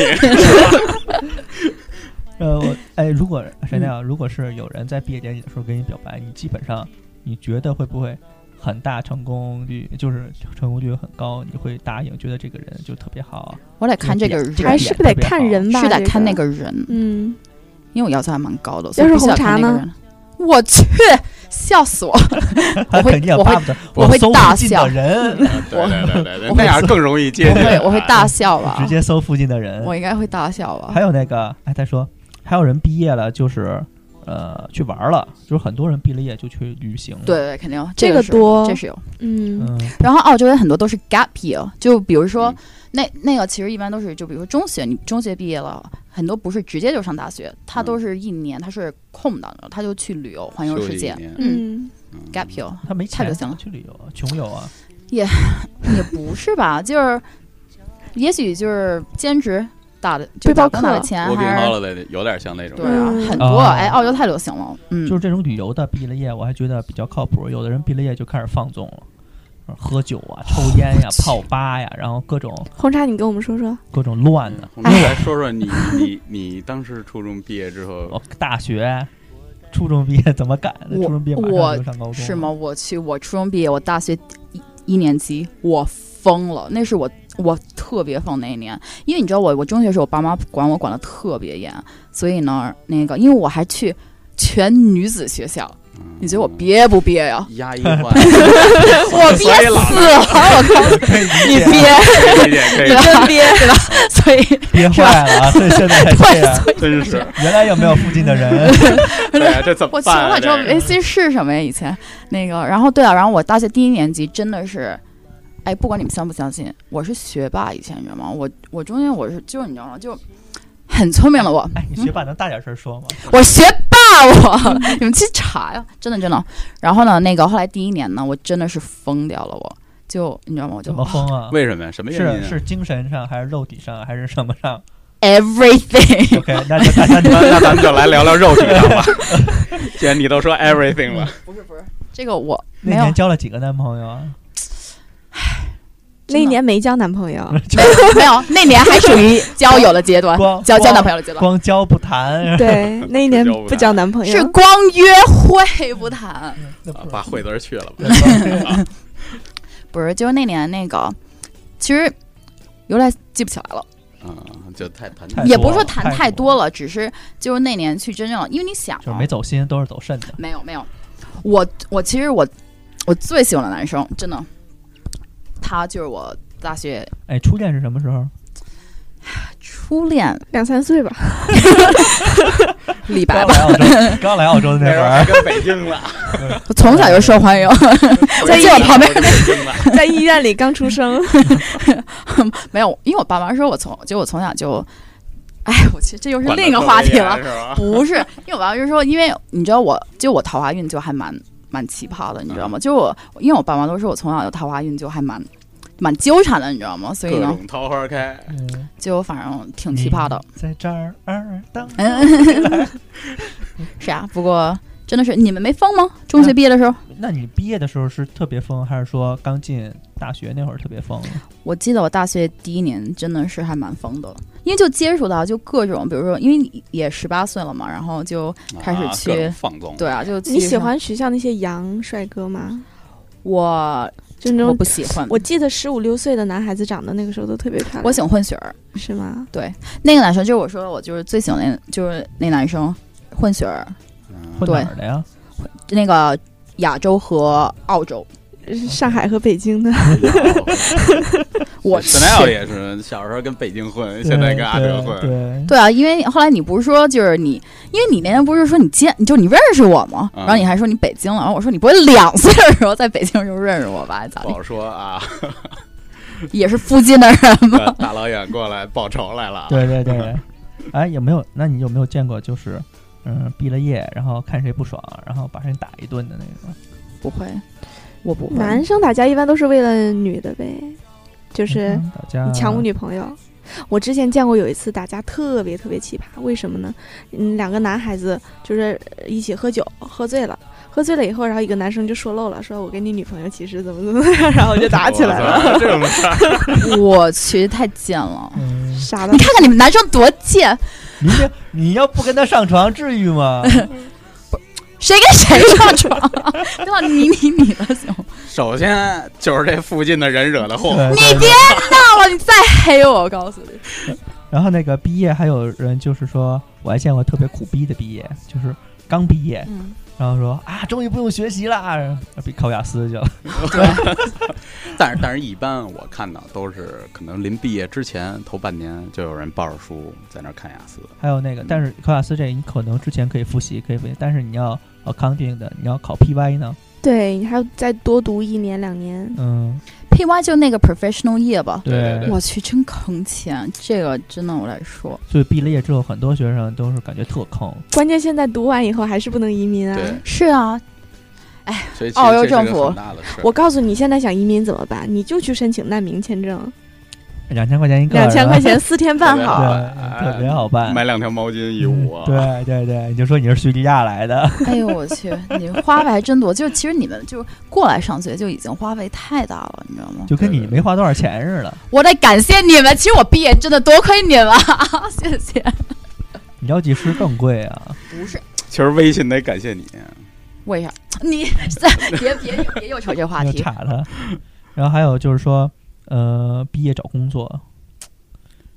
Speaker 3: 呃，我哎，如 果谁那样，如果是有人在毕业典礼的时候跟你表白，你基本上你觉得会不会很大成功率，就是成功率很高，你会答应，觉得这个人就特别 好，
Speaker 5: 我得看这个人，
Speaker 4: 还
Speaker 3: 点
Speaker 4: 是不得
Speaker 3: 特别
Speaker 4: 看
Speaker 3: 好
Speaker 4: 人吧？
Speaker 5: 是得
Speaker 4: 这
Speaker 5: 看那。个人，
Speaker 4: 嗯，
Speaker 5: 因为我要求还蛮高的。
Speaker 4: 要是
Speaker 5: 所以必须得看那个
Speaker 4: 红茶
Speaker 5: 人？我去，笑死我！
Speaker 3: 他肯定要
Speaker 5: 我会
Speaker 3: 巴不得
Speaker 5: 我会
Speaker 3: 搜
Speaker 5: 大
Speaker 3: 附近
Speaker 5: 笑
Speaker 3: 的人，
Speaker 1: 对对对对对
Speaker 5: 我，
Speaker 1: 那样更容易接
Speaker 5: 我
Speaker 1: 近啊
Speaker 5: 会。我会大笑吧
Speaker 3: 直，接搜 附近的人。
Speaker 5: 我应该会大笑吧
Speaker 3: 还。有那个，哎，他说还有人毕业了，就是呃去玩了，就是很多人毕了业就去旅行了。
Speaker 5: 对，对，肯定
Speaker 4: 这
Speaker 5: 个
Speaker 4: 个
Speaker 5: 是
Speaker 4: 多
Speaker 5: 这是有。
Speaker 4: 嗯，
Speaker 3: 嗯，
Speaker 5: 然后澳洲有很多都是 gap year，就比如说、
Speaker 1: 嗯
Speaker 5: 那那个其实一般都是，就比如说中学，你中学毕业了，很多不是直接就上大学，他
Speaker 1: 嗯
Speaker 5: 都是一年他是空档的，他就去旅游环游世
Speaker 1: 哦
Speaker 5: 界。嗯
Speaker 4: 嗯，
Speaker 5: ，gap year
Speaker 3: 他没
Speaker 5: 差
Speaker 3: 钱
Speaker 5: 就行了
Speaker 3: 去旅游啊，穷游啊，
Speaker 5: 也不是吧？就是也许就是兼职，大的就
Speaker 4: 背包
Speaker 5: 打工打的
Speaker 4: 客
Speaker 5: 钱
Speaker 1: working
Speaker 5: 还是
Speaker 1: holiday 有点像那种
Speaker 5: 对啊
Speaker 4: 嗯，
Speaker 5: 很多
Speaker 3: 哦
Speaker 5: 哎，澳洲太流行了，嗯，
Speaker 3: 就是这种旅游的，毕了业我还觉得比较靠谱。有的人毕了业就开始放纵了，喝酒啊、抽烟 呀、泡吧呀，然后各种
Speaker 4: 红茶，你跟我们说说。
Speaker 3: 各种乱的。
Speaker 1: 我们来说说你你你当时初中毕业之后，
Speaker 3: 我大学、初中毕业怎么干？
Speaker 5: 我
Speaker 3: 初中毕业马上就上高中了
Speaker 5: 是吗？？我去，我初中毕业，我大学一一年级，我疯了，那是我我特别疯那一年，因为你知道我我中学时候我爸妈管我管的特别严，所以呢，那个因为我还去全女子学校，
Speaker 1: 嗯
Speaker 5: 你觉得我憋不 憋呀、
Speaker 1: 压抑换，
Speaker 5: 我憋死了，我靠！你憋，
Speaker 1: 这一点 可以，
Speaker 5: 真憋，对吧？ 所以，
Speaker 3: 憋坏了啊，所以现在 才这样。
Speaker 1: 真是
Speaker 3: 原来有没有附近的人？
Speaker 6: 对啊，这怎
Speaker 5: 我
Speaker 6: 么
Speaker 5: 听
Speaker 6: 办啊？
Speaker 5: 了之后
Speaker 6: 这个
Speaker 5: ，AC 是什么呀？以前那个，然后对啊，然后我大学第一年级真的是，哎，不管你们相不相信，我是学霸。以前你知道吗？我我中间我是就是你知道吗？就很聪明了我，
Speaker 3: 哎，你学霸能大点声说吗？
Speaker 5: 我学霸我， 你们去查呀，真的真的。然后呢，那个后来第一年呢，我真的是疯掉了我，就你知道吗？我就
Speaker 3: 怎么疯啊？
Speaker 1: 为什么呀？什么原
Speaker 3: 是
Speaker 1: 因啊？
Speaker 3: 是精神上还是肉体上啊还是什么上
Speaker 5: everything，
Speaker 3: ？OK，那就大家
Speaker 6: 那那咱们就来聊聊肉体上吧。既然你都说 everything 了，
Speaker 5: 不是不是，这个我
Speaker 3: 那
Speaker 5: 没有
Speaker 3: 年交了几个男朋友 啊？
Speaker 5: 真
Speaker 4: 那
Speaker 5: 的
Speaker 4: 一年没交男 朋友，
Speaker 5: 没有没有，那年还属于交友的阶段，
Speaker 3: 光
Speaker 5: 交交
Speaker 3: 光
Speaker 5: 男朋友的阶段。
Speaker 3: 光交不谈，
Speaker 4: 对，那一年不交男朋
Speaker 5: 是
Speaker 4: 友，
Speaker 5: 光约会不谈，
Speaker 3: 那
Speaker 1: 啊
Speaker 3: 不是
Speaker 1: 把惠子儿去了吧？
Speaker 5: 不是，就是那年那个，其实有点记不起来了，
Speaker 1: 嗯，就太谈
Speaker 3: 太
Speaker 5: 也
Speaker 3: 多
Speaker 5: 不是说
Speaker 3: 了
Speaker 5: 谈
Speaker 3: 太
Speaker 5: 太
Speaker 3: 多
Speaker 5: 多了，只是就是那年去真正，因为你想
Speaker 3: 就是
Speaker 5: 啊
Speaker 3: 没走心，都是走肾的。
Speaker 5: 没有没有，我我其实我我最喜欢的男生，真的，他就是我大学
Speaker 3: 哎，初恋是什么时候？
Speaker 5: 初恋
Speaker 4: 两三岁 吧。
Speaker 5: 李白
Speaker 3: 刚 来澳
Speaker 5: 吧，
Speaker 3: 洲，刚来澳洲的那
Speaker 6: 那
Speaker 3: 会
Speaker 6: 时候 还
Speaker 3: 儿，
Speaker 6: 跟北京了，
Speaker 5: 我从小就受 欢迎，
Speaker 6: 所以
Speaker 5: 在我旁边
Speaker 6: 北京了，
Speaker 4: 在医院里刚出生，
Speaker 5: 没有，因为我爸妈说我从就我从小就，哎，我去，这又是
Speaker 6: 管得
Speaker 5: 另一个
Speaker 6: 特
Speaker 5: 话
Speaker 6: 别
Speaker 5: 题
Speaker 6: 严
Speaker 5: 了。
Speaker 6: 是 吧？
Speaker 5: 不是，因为我爸妈就说，因为你知道我，就我桃花运就还蛮蛮奇葩的，你知道吗？就我，因为我爸妈都说我从小就桃花运就还蛮蛮纠缠的，你知道吗？所以
Speaker 6: 各
Speaker 5: 呢，
Speaker 6: 种桃花开，
Speaker 3: 嗯
Speaker 5: 就反正挺奇嗯葩的，，嗯
Speaker 3: 你在这儿儿当
Speaker 5: 是啊。不过真的是你们没疯吗？中学毕业的时候，
Speaker 3: 那你毕业的时候是特别疯，还是说刚进大学那会儿特别疯？
Speaker 5: 我记得我大学第一年真的是还蛮疯的，因为就接触到就各种，比如说，因为你也十八岁了嘛，然后就开始
Speaker 1: 啊
Speaker 5: 去
Speaker 1: 各种放纵，
Speaker 5: 对啊，就
Speaker 4: 你喜
Speaker 5: 上
Speaker 4: 欢学校那些洋帅哥吗？
Speaker 5: 我，
Speaker 4: 就那
Speaker 5: 我
Speaker 4: 种
Speaker 5: 不，喜欢，
Speaker 4: 我记得十五六岁的男孩子长得那个时候都特别漂亮。
Speaker 5: 我喜欢混血儿。
Speaker 4: 是吗？
Speaker 5: 那个男生就是我说我就是最喜欢那，就是那男生混血儿，
Speaker 1: 嗯，
Speaker 3: 混哪儿的呀？
Speaker 5: 那个亚洲和澳洲。
Speaker 4: 是呃上海和北京的，
Speaker 5: 我去，
Speaker 6: Chanel 也是小时候跟北京混，现在跟阿哲
Speaker 3: 对
Speaker 6: 混，
Speaker 3: 对，
Speaker 5: 对啊，因为后来你不是说就是你，因为你那天不是说你见，就你认识我吗？
Speaker 1: 嗯
Speaker 5: 然后你还说你北京了，然后我说你不会两岁的时候在北京的时候认识我吧？还咋
Speaker 6: 不
Speaker 5: 的？
Speaker 6: 好说 啊。
Speaker 5: 也是附近的人吗？
Speaker 6: 大老远过来报仇来了，啊
Speaker 3: 对对对。哎，有没有？那你有没有见过就是，嗯，毕了业，然后看谁不爽，然后把谁打一顿的那种？
Speaker 5: 不会，我不会。
Speaker 4: 男生打架一般都是为了女的呗，就
Speaker 3: 就是
Speaker 5: 嗯
Speaker 3: 打架，
Speaker 4: 你
Speaker 5: 啊
Speaker 4: 抢我女朋友。我之前见过有一次打架特别特别奇葩，为什么呢？嗯，两个男孩子就是呃一起喝酒，喝醉了，喝醉了以后，然后一个男生就说漏了，说我跟你女朋友其实怎么 怎么样，然后就打起来 了，
Speaker 6: 了，这种事儿
Speaker 5: 我去，太贱了！
Speaker 3: 嗯，
Speaker 4: 傻的
Speaker 5: 你。看看你们男生多贱，
Speaker 3: 你这你要不跟他上床，至于 吗？
Speaker 5: 谁跟谁上床 啊？对吧？你你你的行吗？
Speaker 6: 首先就是这附近的人惹的祸，
Speaker 3: 对
Speaker 5: 你别闹了，你再黑我，我告诉你。
Speaker 3: 然后那个毕业还有人就是说，哎我还见过特别苦逼的毕业，就是刚毕业，
Speaker 5: 嗯，
Speaker 3: 然后说啊，终于不用学习啦，比考雅思去了。
Speaker 1: 但是但是，一般我看到都是可能临毕业之前头半年就有人抱着书在那儿看雅思，
Speaker 3: 还有那个，但是呃考雅思这个你可能之前可以复习，可以复习，但是你要 accounting 的，你要考 PY 呢，
Speaker 4: 对你还要再多读一年两年，
Speaker 3: 嗯，
Speaker 5: PY 就那个 professional 业吧。
Speaker 3: 对
Speaker 1: 对对
Speaker 5: 我去，真坑钱！这个真的我来说，
Speaker 3: 所以毕了业之后，很多学生都是感觉特坑。
Speaker 4: 关键现在读完以后还是不能移民啊。
Speaker 1: 对，
Speaker 5: 是 啊，
Speaker 1: 所以其实
Speaker 5: 澳
Speaker 1: 这
Speaker 5: 洲
Speaker 1: 是
Speaker 5: 政
Speaker 1: 个
Speaker 5: 府
Speaker 1: 很大的事儿。
Speaker 4: 我告诉你，现在想移民怎么办？你就去申请难民签证，
Speaker 3: 两千块钱一个，
Speaker 4: 两千块
Speaker 3: 钱，
Speaker 4: 钱四天半
Speaker 3: 对，
Speaker 4: 好，
Speaker 3: 特别好办。
Speaker 6: 买两条毛巾一捂啊，
Speaker 3: 对对对，你就说你是叙利亚来的，
Speaker 5: 哎呦我去，你花费还真多。就是其实你们就是过来上学就已经花费太大了，你知道吗？
Speaker 3: 就跟你没花多少钱似的。
Speaker 5: 我得感谢你们，其实我毕业真的多亏你们了， 谢谢。
Speaker 3: 你知道技师更贵啊，
Speaker 5: 不是
Speaker 6: 其实微信得感谢你，
Speaker 5: 嗯为啥？你别别别又扯这话
Speaker 3: 又
Speaker 5: 题。
Speaker 3: 差他。然后还有就是说，呃，毕业找工作，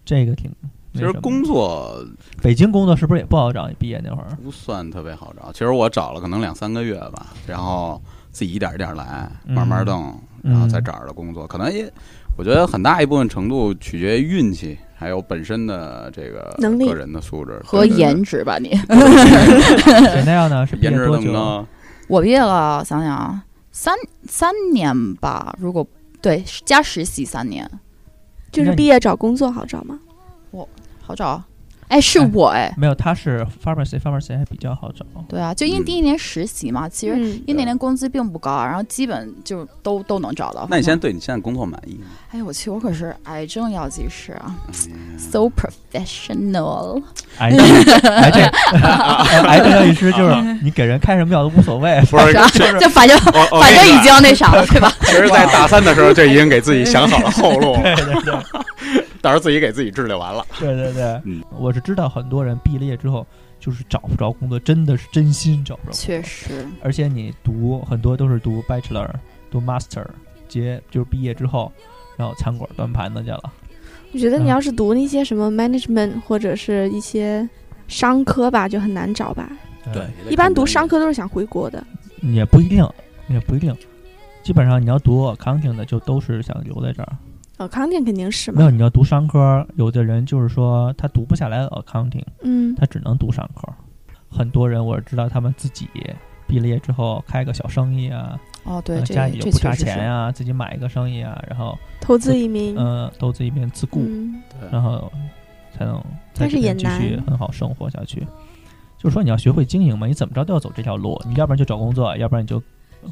Speaker 3: 这个挺。
Speaker 1: 其实
Speaker 3: 那什么
Speaker 1: 工作
Speaker 3: 北京工作是不是也不好找？你毕业那会 儿，
Speaker 1: 不算特别好找，其实我找了可能两三个月吧，然后自己一点一点来，
Speaker 3: 嗯
Speaker 1: 慢慢弄，然后再找着工作，可能也我觉得很大一部分程度取决于运气，还有本身的这个
Speaker 4: 能力
Speaker 1: 个人的素质
Speaker 5: 和
Speaker 1: 对对对
Speaker 5: 颜值吧你，
Speaker 3: 简单呢是毕业
Speaker 1: 颜值
Speaker 3: 多
Speaker 1: 怎么
Speaker 3: 久？
Speaker 1: 着？
Speaker 5: 我毕业了，想想啊，三三年吧，如果对加实习三年，
Speaker 4: 就是毕业找工作好找吗？
Speaker 5: 好找。哎，是
Speaker 3: 哎
Speaker 5: 我哎，
Speaker 3: 没有，他是 pharmacy，pharmacy 还比较 好找。
Speaker 5: 对啊，就因为
Speaker 1: 嗯
Speaker 5: 第一年实习嘛，其实
Speaker 4: 嗯，
Speaker 5: 因为那年工资并不高啊，然后基本就都都能找到。
Speaker 1: 那你现在对你现在工作满意吗？
Speaker 5: 哎呦我去，我可是癌症药剂师啊，so
Speaker 6: 嗯
Speaker 5: professional。
Speaker 3: 癌症，癌症， 癌症药剂师
Speaker 1: 啊
Speaker 3: 就是你给人开什么药都无所谓。
Speaker 6: 不是，
Speaker 5: 啥
Speaker 6: 这是
Speaker 5: 就反正
Speaker 6: 我我
Speaker 5: 反
Speaker 6: 跟
Speaker 5: 正
Speaker 6: 你
Speaker 5: 已
Speaker 6: 讲
Speaker 5: 经那啥 了，对吧？
Speaker 6: 其实，在大三的时候就已经给自己想好了后路了，
Speaker 3: 对对对
Speaker 6: 到时候自己给自己治疗完了。
Speaker 3: 对对对，
Speaker 1: 嗯
Speaker 3: 我是知道很多人毕了业之后就是找不着工作，真的是真心找不着。
Speaker 5: 确实，
Speaker 3: 而且你读很多都是读 bachelor、读 master，结就是毕业之后，然后餐馆端盘子去了。
Speaker 4: 我觉得
Speaker 3: 嗯
Speaker 4: 你要是读那些什么 management 或者是一些商科吧，就很难找吧。
Speaker 1: 对，，
Speaker 4: 一般读商科都是想回国的，
Speaker 3: 也不一定，也不一定。基本上你要读 accounting 的，就都是想留在这儿。
Speaker 4: 呃，康定肯定是
Speaker 3: 没
Speaker 4: 嘛。
Speaker 3: 有，你要读商科，有的人就是说他读不下来 accounting，
Speaker 4: 嗯，
Speaker 3: 他只能读商科。很多人我知道他们自己毕了业之后开个小生意啊，
Speaker 5: 哦对，
Speaker 3: 呃
Speaker 5: 这
Speaker 3: 家里又
Speaker 5: 这
Speaker 3: 不
Speaker 5: 确
Speaker 3: 差
Speaker 5: 实
Speaker 3: 钱
Speaker 5: 是。
Speaker 3: 啊，自己买一个生意啊，然后
Speaker 4: 投资移民，
Speaker 3: 嗯、呃，都自己变自雇，
Speaker 4: 嗯，
Speaker 3: 然后才能在
Speaker 4: 但是
Speaker 3: 这边
Speaker 4: 也
Speaker 3: 继续
Speaker 4: 难
Speaker 3: 很好生活下去。就是说你要学会经营嘛，你怎么着都要走这条
Speaker 4: 嗯
Speaker 3: 路，你要不然就找工作，要不然你就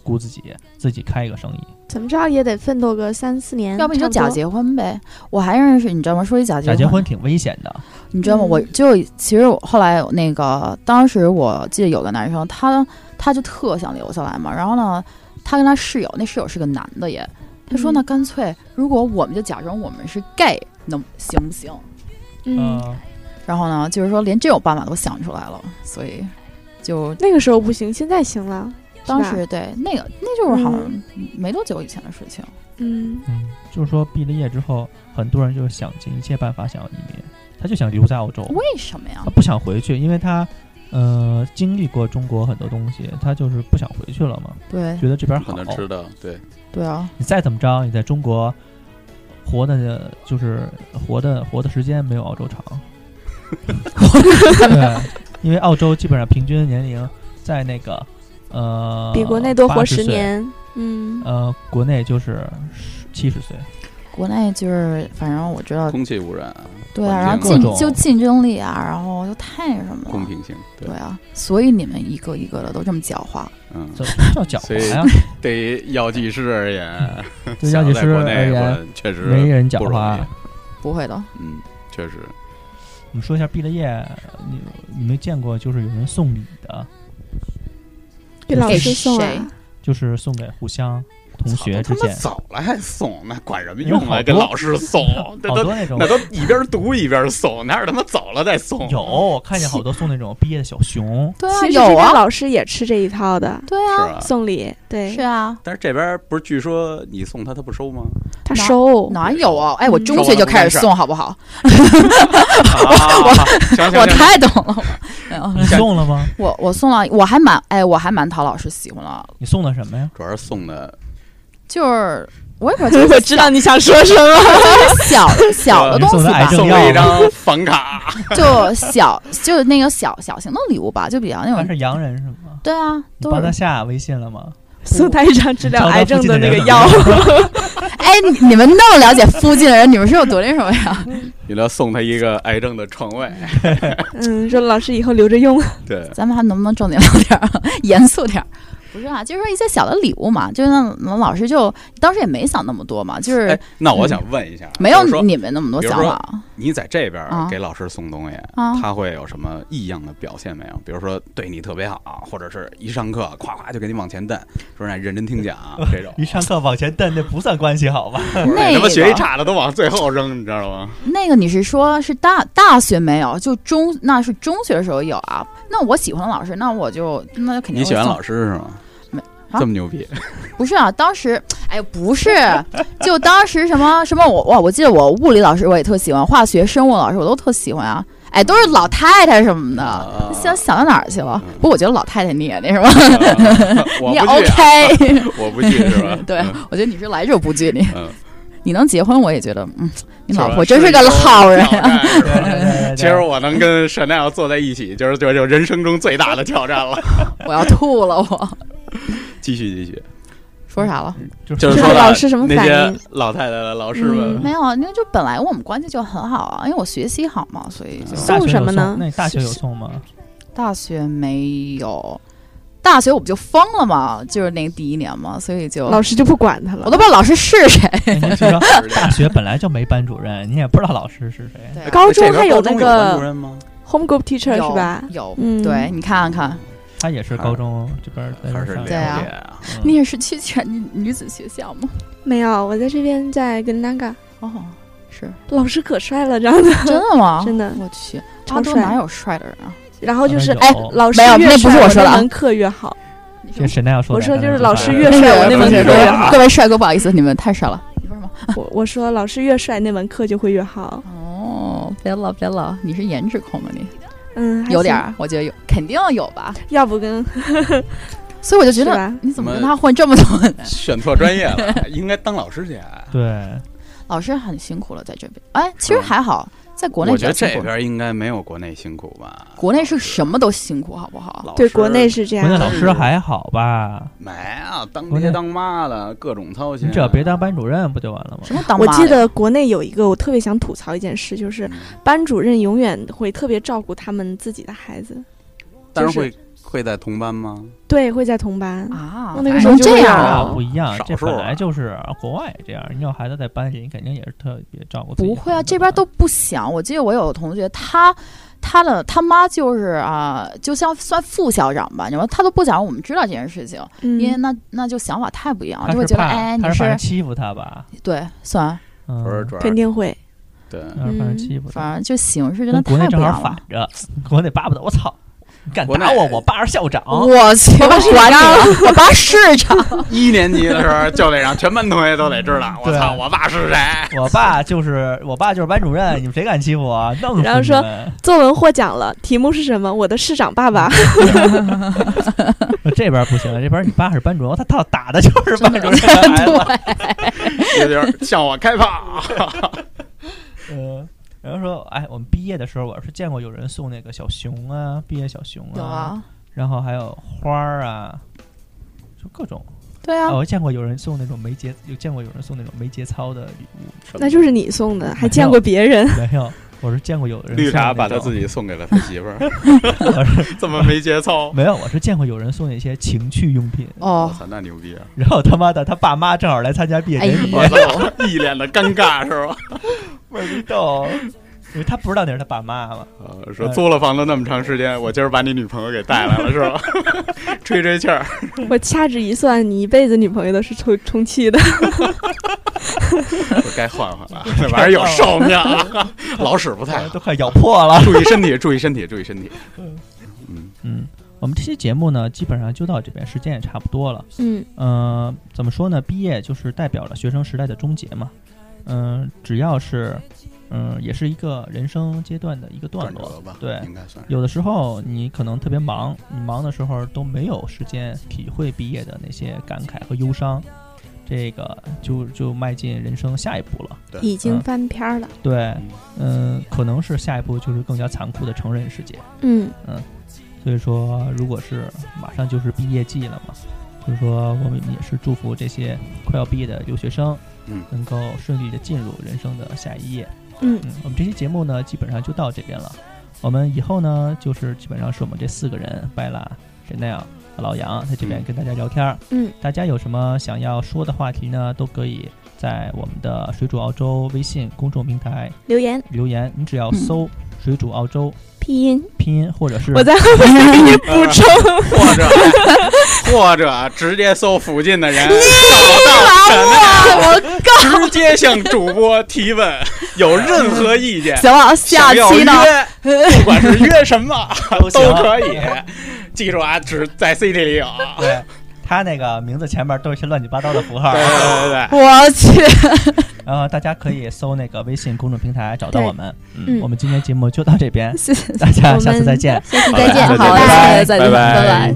Speaker 3: 雇自己，自己开一个生意。
Speaker 4: 怎么着也得奋斗个三四年，
Speaker 5: 要不你就
Speaker 4: 差
Speaker 5: 假
Speaker 4: 多
Speaker 5: 结婚呗？我还认识，你知道吗？说起假结
Speaker 3: 假结婚挺危险的，
Speaker 5: 你知道吗？
Speaker 4: 嗯
Speaker 5: 我就其实我后来有那个，当时我记得有个男生，他他就特想留下来嘛。然后呢，他跟他室友，那室友是个男的也，他说呢，
Speaker 4: 嗯
Speaker 5: 干脆如果我们就假装我们是 gay，能行不行？
Speaker 4: 嗯，
Speaker 1: 啊
Speaker 3: 呃
Speaker 5: 然后呢，就是说连这种办法都想出来了，所以就
Speaker 4: 那个时候不行，现在行了。是
Speaker 5: 当
Speaker 4: 吧
Speaker 5: 时对那个那就是好像
Speaker 4: 嗯
Speaker 5: 没多久以前的事情。
Speaker 4: 嗯，
Speaker 3: 嗯，就是说毕了业之后，很多人就是想尽一切办法想要移民，他就想留在澳洲，
Speaker 5: 为什么呀
Speaker 3: 他？不想回去，因为他呃经历过中国很多东西，他就是不想回去了嘛，
Speaker 4: 嗯
Speaker 5: 对
Speaker 3: 觉得这边
Speaker 1: 可
Speaker 3: 好。
Speaker 1: 能吃的对，
Speaker 5: 对啊，
Speaker 3: 你再怎么着，你在中国活的，就是活的活的时间没有澳洲 长。对，因为澳洲基本上平均年龄在那个呃，
Speaker 4: 比国内多活
Speaker 3: 80
Speaker 4: 十
Speaker 3: 岁。
Speaker 4: 年。嗯，
Speaker 3: 呃，国内就是七十70岁，
Speaker 5: 国内就是反正我
Speaker 4: 嗯
Speaker 5: 知道，
Speaker 1: 空气污染、
Speaker 5: 对啊，然后
Speaker 1: 环境
Speaker 3: 各
Speaker 5: 竞
Speaker 3: 种
Speaker 5: 就竞争力啊，然后就太什么
Speaker 1: 公
Speaker 5: 了。
Speaker 1: 平性，对
Speaker 5: 对，啊，所以你们一个一个的都这么狡猾，
Speaker 1: 嗯，
Speaker 3: 怎么 叫狡
Speaker 1: 所以
Speaker 3: 猾呀？
Speaker 1: 对于药剂师而言，
Speaker 3: 对嗯药
Speaker 1: 想
Speaker 3: 剂
Speaker 1: 在
Speaker 3: 师
Speaker 1: 国
Speaker 3: 而
Speaker 1: 内
Speaker 3: 言，
Speaker 1: 混确实
Speaker 3: 哎没人狡
Speaker 1: 不容
Speaker 3: 猾
Speaker 1: 易。
Speaker 5: 不会的。
Speaker 1: 嗯，确实，
Speaker 3: 你说一下毕了业，你你没见过就是有人送礼的，
Speaker 4: 给老
Speaker 5: 给
Speaker 4: 师送
Speaker 5: 谁
Speaker 4: 啊，
Speaker 3: 就是送给互相同学
Speaker 1: 操都
Speaker 3: 之
Speaker 1: 啊他妈
Speaker 3: 间，
Speaker 1: 走了还送，那管什么
Speaker 3: 有
Speaker 1: 用
Speaker 3: 好
Speaker 1: 啊？给
Speaker 3: 多
Speaker 1: 老师 送，这
Speaker 3: 好
Speaker 1: 都
Speaker 3: 多那种
Speaker 1: 那都一边读一边送，哪有他妈走了再送？
Speaker 3: 有，我看见好多送那种毕业的小 熊，
Speaker 5: 对
Speaker 4: 其
Speaker 5: 啊，
Speaker 4: 实这
Speaker 5: 有
Speaker 4: 边
Speaker 5: 啊，
Speaker 4: 老师也吃这一套的，
Speaker 5: 对
Speaker 1: 是
Speaker 5: 啊，
Speaker 1: 吧？
Speaker 4: 送礼，对
Speaker 5: 是啊，
Speaker 1: 但是这边不是据说你送他他不收 吗？
Speaker 4: 他收，
Speaker 5: 哪有啊？哎，我
Speaker 4: 嗯
Speaker 5: 中学就开始送，好不好？
Speaker 6: 我
Speaker 1: 啊
Speaker 6: 行行
Speaker 5: 我
Speaker 6: 行，
Speaker 5: 太懂了。没有
Speaker 3: 你送了吗？
Speaker 5: 我我送了，我还蛮哎，我还蛮讨老师喜欢了，
Speaker 3: 你送的什么呀？
Speaker 1: 主要是送的
Speaker 5: 就是我也不 知道，就是
Speaker 4: 知道你想说什么。
Speaker 5: 小小的
Speaker 3: 你
Speaker 5: 东
Speaker 3: 送
Speaker 5: 西
Speaker 3: 的癌
Speaker 5: 吧，
Speaker 3: 症
Speaker 6: 送
Speaker 3: 药
Speaker 6: 了一
Speaker 3: 吗，
Speaker 6: 张房卡，
Speaker 5: 就小就是那个小小型的礼物吧，就比较那
Speaker 3: 还
Speaker 5: 种。
Speaker 3: 是洋人是吗？
Speaker 5: 对啊，
Speaker 3: 你
Speaker 5: 都
Speaker 3: 帮他
Speaker 5: 是
Speaker 3: 下微信了吗？。
Speaker 4: 送他一张治疗癌症的那个药，
Speaker 5: 哎，你你们那么了解附近的人，你们是有多那什么呀？
Speaker 6: 你要送他一个癌症的床位，
Speaker 4: 嗯，说老师以后留着用。
Speaker 6: 对，
Speaker 5: 咱们还能不能正经聊点儿，严肃点儿？不是啊，就是说一些小的礼物嘛，就是那那老师就当时也没想那么多嘛，就是、
Speaker 1: 哎，那我想问一下，
Speaker 5: 没
Speaker 1: 就是
Speaker 5: 有
Speaker 1: 说
Speaker 5: 你们那么多
Speaker 1: 比如
Speaker 5: 想
Speaker 1: 说
Speaker 5: 法
Speaker 1: 你在这边
Speaker 5: 啊
Speaker 1: 给老师送东西，
Speaker 5: 啊。
Speaker 1: 他会有什么异样的表现没有？比如说对你特别好，或者是一上课夸夸就给你往前蹬，说让你认真听 讲这种
Speaker 3: 一上课往前蹬，那不算关 系好吧？
Speaker 1: 或者
Speaker 5: 那
Speaker 1: 什么学习
Speaker 5: 个
Speaker 1: 差的都往最后扔，你知道吗？
Speaker 5: 那个你是说是大大学没有，就中那是中学的时候有啊。那我喜欢的老师，那我就那肯定
Speaker 1: 你喜欢老
Speaker 5: 师？
Speaker 1: 师是吗
Speaker 5: 没？啊
Speaker 1: 这么牛 逼，
Speaker 5: 不是啊，当时哎不是，就当时什么什么我哇，我记得我物理老师我也特喜欢，化学、生物老师我都特喜欢啊。哎，都是老太太什么
Speaker 1: 啊
Speaker 5: 的，想想到哪儿去了？
Speaker 1: 嗯
Speaker 5: 不过我觉得老太太你也那什么，
Speaker 1: 我
Speaker 5: 你也
Speaker 1: 不去啊，
Speaker 5: OK。？
Speaker 1: 我不去是吧
Speaker 5: 对
Speaker 1: 嗯，
Speaker 5: 我觉得你是来者不拒，你
Speaker 1: 嗯，
Speaker 5: 你能结婚，我也觉得，嗯，你
Speaker 1: 是
Speaker 5: 老
Speaker 1: 吧
Speaker 5: 婆真是个
Speaker 1: 一
Speaker 5: 好人啊
Speaker 1: 挑战是吧其实
Speaker 3: 对
Speaker 1: 我能跟 Chanel 坐在一起，就是就是人生中最大的挑战 了。
Speaker 5: 我要吐了 我。
Speaker 1: 继续继续，
Speaker 5: 说啥了？
Speaker 3: 就
Speaker 1: 就是是
Speaker 4: 这
Speaker 1: 说
Speaker 4: 个
Speaker 1: 到
Speaker 4: 老师什么
Speaker 1: 那
Speaker 4: 反
Speaker 1: 些
Speaker 4: 应？
Speaker 1: 老太太的老师们，
Speaker 5: 没有，那就本来我们关系就很好啊，因为我学习好嘛，所以
Speaker 1: 嗯
Speaker 5: 就
Speaker 3: 大学有
Speaker 4: 送什么呢
Speaker 3: 那你大学有送吗？
Speaker 5: 大学没有，大学我不就疯了嘛，就是那第一年嘛，所以就
Speaker 4: 老师就不管他
Speaker 5: 我
Speaker 4: 了
Speaker 5: 都。不知道老师是谁。
Speaker 3: 哎你知道
Speaker 5: 嗯
Speaker 1: 是这样
Speaker 3: 大学本来就没班主任，你也不知道老师是谁。
Speaker 5: 对
Speaker 4: 高中还有
Speaker 1: 有
Speaker 4: 那
Speaker 1: 班主
Speaker 4: 个
Speaker 1: 任吗？
Speaker 4: home group teacher 是吧？
Speaker 5: 有，
Speaker 4: 嗯
Speaker 5: 对你看看，
Speaker 3: 他也是高中这边儿在这
Speaker 1: 还
Speaker 3: 儿
Speaker 1: 是了
Speaker 3: 上的
Speaker 5: 对啊
Speaker 1: 解啊？
Speaker 3: 嗯
Speaker 5: 你也是去全女女子学校吗？
Speaker 4: 没有，我在这边在跟那个
Speaker 5: 哦，是
Speaker 4: 老师可帅了，这样子
Speaker 5: 真的吗？
Speaker 4: 真的。
Speaker 5: 我去，
Speaker 4: 超
Speaker 5: 阿多
Speaker 4: 帅
Speaker 5: 哪有帅的人啊？
Speaker 4: 然后就是
Speaker 3: 有
Speaker 4: 哎，老师
Speaker 5: 没有
Speaker 4: 越
Speaker 5: 那不是
Speaker 4: 帅
Speaker 5: 我说的
Speaker 4: 那
Speaker 5: 啊
Speaker 4: 门课越好。
Speaker 3: 这沈奈要说
Speaker 4: 我
Speaker 3: 的，
Speaker 4: 说
Speaker 3: 刚
Speaker 4: 就
Speaker 3: 才
Speaker 4: 是
Speaker 3: 说
Speaker 4: 老
Speaker 3: 啥
Speaker 4: 师
Speaker 3: 来
Speaker 4: 越
Speaker 5: 是
Speaker 4: 帅，我
Speaker 5: 我
Speaker 4: 那门
Speaker 1: 同
Speaker 4: 课
Speaker 1: 学
Speaker 4: 越好。
Speaker 5: 各位帅哥，不好意思，你们太帅了。你说什么？
Speaker 4: 我我说老师越帅，那门课就会越好。
Speaker 5: 哦，别了别了，你是颜值控吗？你
Speaker 4: 嗯，还
Speaker 5: 有点
Speaker 4: 行，
Speaker 5: 儿，我觉得有，肯定有吧。
Speaker 4: 要不跟
Speaker 5: 所以我就是觉得，
Speaker 4: 吧？
Speaker 5: 你怎么
Speaker 1: 我
Speaker 5: 跟
Speaker 1: 们
Speaker 5: 他混这么多 年？
Speaker 1: 选错专业了， 应该当老师去啊。
Speaker 3: 对，
Speaker 5: 老师很辛苦了，在这边。哎，其实还好，在国内
Speaker 1: 嗯我
Speaker 5: 比
Speaker 1: 觉
Speaker 5: 较
Speaker 1: 得
Speaker 5: 辛
Speaker 1: 这
Speaker 5: 苦。
Speaker 1: 边应该没有国内辛苦吧？
Speaker 5: 国内是什么都辛苦，好不好？
Speaker 1: 老师
Speaker 4: 对，国内是这
Speaker 3: 国内
Speaker 4: 样。
Speaker 3: 老师还好吧？
Speaker 1: 没啊，当
Speaker 3: 国内
Speaker 1: 爹当妈的各种操心。啊
Speaker 3: 你只要别当班主任不就完了吗？
Speaker 5: 什么当
Speaker 4: 我
Speaker 5: 妈
Speaker 4: 记
Speaker 5: 的
Speaker 4: 得国内有一个我特别想吐槽一件事，就是
Speaker 1: 嗯，
Speaker 4: 班主任永远会特别照顾他们自己的孩子，
Speaker 1: 但
Speaker 4: 就是
Speaker 1: 是会会在同班吗？
Speaker 4: 对，会在同班。
Speaker 5: 啊
Speaker 4: 我那个
Speaker 5: 还
Speaker 4: 时候
Speaker 5: 能
Speaker 4: 就
Speaker 5: 这
Speaker 4: 会
Speaker 5: 样
Speaker 4: 让
Speaker 5: 啊
Speaker 4: 我
Speaker 3: 不一样，
Speaker 1: 少
Speaker 3: 这
Speaker 1: 数
Speaker 3: 本
Speaker 1: 啊
Speaker 3: 来就是国外也这样。你有孩子在班里，你肯定也是特别照顾自己的
Speaker 5: 不
Speaker 3: 孩子的。
Speaker 5: 会啊，这边都不想。我记得我有同学，他他的他妈就是啊，就像算副校长吧，你知道吗，他都不想让我们知道这件事情，
Speaker 4: 嗯，
Speaker 5: 因为那那就想法太不一样了，
Speaker 3: 他
Speaker 5: 就会
Speaker 3: 是
Speaker 5: 觉得
Speaker 3: 怕，
Speaker 5: 哎，你
Speaker 3: 他是怕
Speaker 5: 是
Speaker 3: 人欺负他吧？
Speaker 5: 对，算
Speaker 3: 嗯，
Speaker 1: 不是，主要
Speaker 4: 肯定会。
Speaker 1: 对，
Speaker 3: 他是怕人
Speaker 4: 嗯
Speaker 3: 欺负他。
Speaker 5: 反正就形式真的
Speaker 3: 跟国
Speaker 5: 太
Speaker 3: 内
Speaker 5: 不一
Speaker 3: 正好
Speaker 5: 样了
Speaker 3: 反。着， 国内巴不得我操，你敢
Speaker 1: 国
Speaker 3: 打
Speaker 1: 内
Speaker 3: 我，我爸是校长。
Speaker 5: 我去，我管你了，我爸市 长，
Speaker 1: 一年级的时候就得让全班同学都得知 道，我
Speaker 3: 对
Speaker 1: 操，我爸是谁。
Speaker 3: 我爸就是我爸就是班主 任，你们谁敢欺负我？啊弄死
Speaker 4: 然后
Speaker 3: 你
Speaker 4: 说
Speaker 3: 们
Speaker 4: 作文获奖了，题目是什么？我的市长爸爸。
Speaker 3: 嗯这边不行，这边你爸是班主任，他他打的 就是班主任的孩子。
Speaker 5: 对，
Speaker 1: 有点向我开炮。
Speaker 3: 嗯，然后说，哎，我们毕业的时候，我是见过有人送那个小熊啊，毕业小熊
Speaker 5: 有啊，
Speaker 3: 然后还有花儿啊，就各种。
Speaker 5: 对
Speaker 3: 啊
Speaker 5: 啊，
Speaker 3: 我见过有人送那种没节，有见过有人送那种没节操的礼物，
Speaker 4: 那就是你送的，还
Speaker 3: 没
Speaker 4: 见
Speaker 3: 有
Speaker 4: 过别人。
Speaker 3: 没有。我是见过有人
Speaker 1: 绿
Speaker 3: 送
Speaker 1: 茶
Speaker 3: 那
Speaker 1: 把他
Speaker 3: 种
Speaker 1: 自己送给了他媳妇儿，
Speaker 3: 我是
Speaker 1: 这么没节操。
Speaker 3: 没有，我是见过有人送那些情趣用品，
Speaker 1: 我
Speaker 5: 哦，
Speaker 1: 操，那牛逼啊！
Speaker 3: 然后他妈的他爸妈正好来参加毕业
Speaker 5: 哎
Speaker 3: 典礼，
Speaker 5: 呦
Speaker 1: 我操， 一脸的尴尬是吧？
Speaker 3: 倍儿逗，因为他不知道那是他爸妈嘛，
Speaker 1: 呃，说租了房子那么长时间，我今儿把你女朋友给带来了是 吧？吹吹气儿，
Speaker 3: 嗯
Speaker 4: 我掐指一算，你一辈子女朋友都是充充气的。
Speaker 1: 我该换换 了，那玩意儿有寿命啊， 老使不太好。
Speaker 3: 都快咬破 了。
Speaker 1: 注意身体，注意身体，注意身体。嗯，
Speaker 3: 嗯，我们这期节目呢，基本上就到这边，时间也差不多了。
Speaker 4: 嗯，
Speaker 3: 嗯、怎么说呢？毕业就是代表了学生时代的终结嘛。嗯、只要是，嗯、也是一个人生阶段的一个段
Speaker 1: 转
Speaker 3: 落
Speaker 1: 折。吧，
Speaker 3: 对
Speaker 1: 应该算是。
Speaker 3: 有的时候你可能特别忙，你忙的时候都没有时间体会毕业的那些感慨和忧伤，这个就就迈进人生下一步了。
Speaker 4: 已经
Speaker 3: 嗯
Speaker 4: 翻篇儿了。
Speaker 3: 对
Speaker 1: 嗯，
Speaker 3: 嗯、可能是下一步就是更加残酷的成人世界。
Speaker 4: 嗯，
Speaker 3: 所以说，如果是马上就是毕业季了嘛，就是说我们也是祝福这些快要毕业的留学生，
Speaker 1: 嗯
Speaker 3: 能够顺利的进入人生的下一页。
Speaker 4: 嗯
Speaker 3: 嗯，我们这期节目呢，基本上就到这边了。我们以后呢，就是基本上是我们这四个人，白拉、沈奈尔、啊老杨在这边
Speaker 6: 嗯
Speaker 3: 跟大家聊天儿。
Speaker 4: 嗯，
Speaker 3: 大家有什么想要说的话题呢，都可以在我们的水煮澳洲微信公众平台
Speaker 4: 留言
Speaker 3: 留言，你只要搜“水煮澳洲
Speaker 4: 拼音”，
Speaker 3: 拼音或者是
Speaker 4: 嗯我在后面给你 补充。
Speaker 6: 或者或者直接搜附近的人，找到
Speaker 5: 我
Speaker 6: 我，直接向主播提问，有任何意见，
Speaker 5: 行了，
Speaker 6: 想
Speaker 5: 下
Speaker 6: 要
Speaker 5: 期呢？
Speaker 6: 约，不管是约什么
Speaker 3: 都行
Speaker 6: 都可以。记住啊，只在 CD 里有。
Speaker 3: 对，他那个名字前面都是一些乱七八糟的符号
Speaker 6: 对，对对对，
Speaker 5: 我去，
Speaker 3: 然后大家可以搜那个微信公众平台找到
Speaker 4: 对
Speaker 3: 我们。
Speaker 4: 嗯
Speaker 3: 我们今天节目就到这边，
Speaker 5: 谢谢，
Speaker 3: 大家下
Speaker 4: 我
Speaker 3: 次
Speaker 4: 们
Speaker 3: 再见。
Speaker 4: 下次
Speaker 6: 好的
Speaker 4: 再
Speaker 6: 再
Speaker 4: 见，
Speaker 6: 见
Speaker 4: 好
Speaker 5: 拜
Speaker 4: 拜。
Speaker 5: 再
Speaker 6: 拜
Speaker 5: 见，
Speaker 6: 拜
Speaker 5: 拜拜。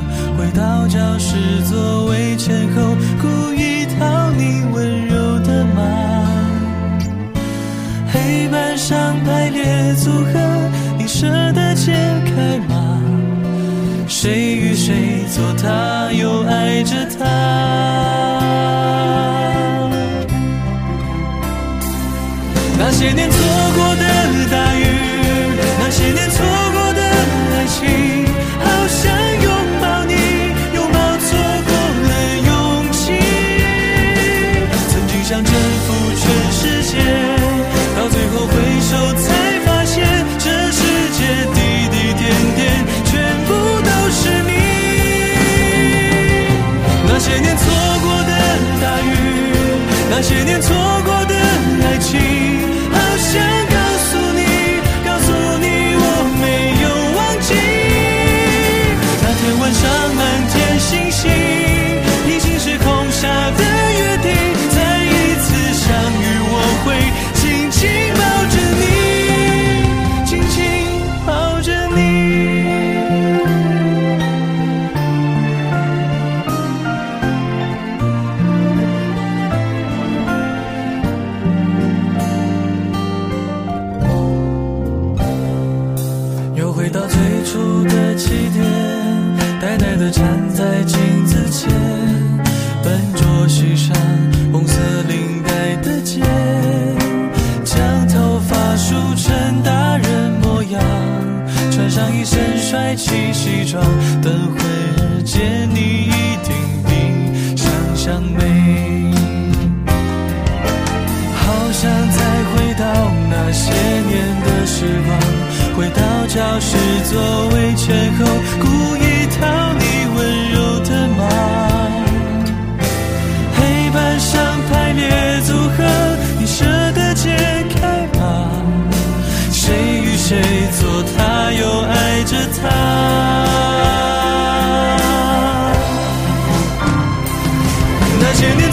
Speaker 2: 回到教室座位前后，故意讨你温柔的骂。黑板上排列组合，你舍得解开吗？谁与谁做他，又爱着他？那些年错过的大雨，那些年错过的爱情，好想拥抱你，拥抱错过了勇气。曾经想征服全世界，到最后回首才发现，这世界滴滴点点全部都是你。那些年错过的大雨，那些年错过的爱情，好想告诉你，告诉你我没有忘记。那天晚上满天星星，平行时空下的约定，再一次相遇，我会紧紧抱着你，紧紧抱着你。又回到最初的起点，呆呆地站在镜子前，笨拙系上红色领带的结，将头发梳成大人模样，穿上一身帅气西装，等会儿见你一定比想象美。好想再回到那些年的时光，回到教室座位前后，故意讨你温柔的骂。黑板上排列组合，你舍得解开吗？谁与谁做他，又爱着他？那些年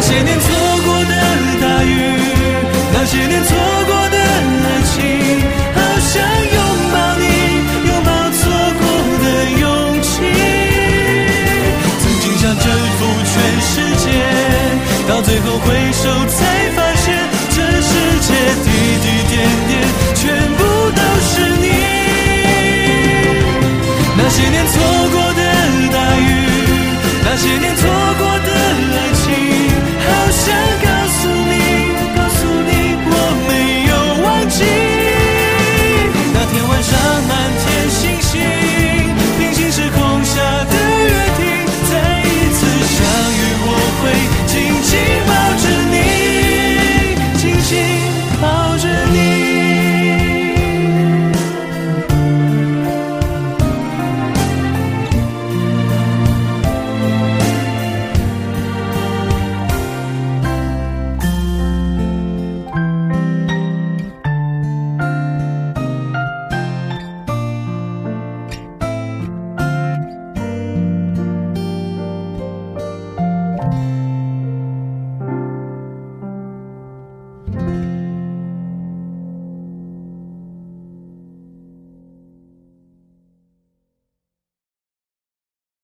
Speaker 2: 些年错过的大雨，那些年错过的爱情，好想拥抱你，拥抱错过的勇气。曾经想征服全世界，到最后回首才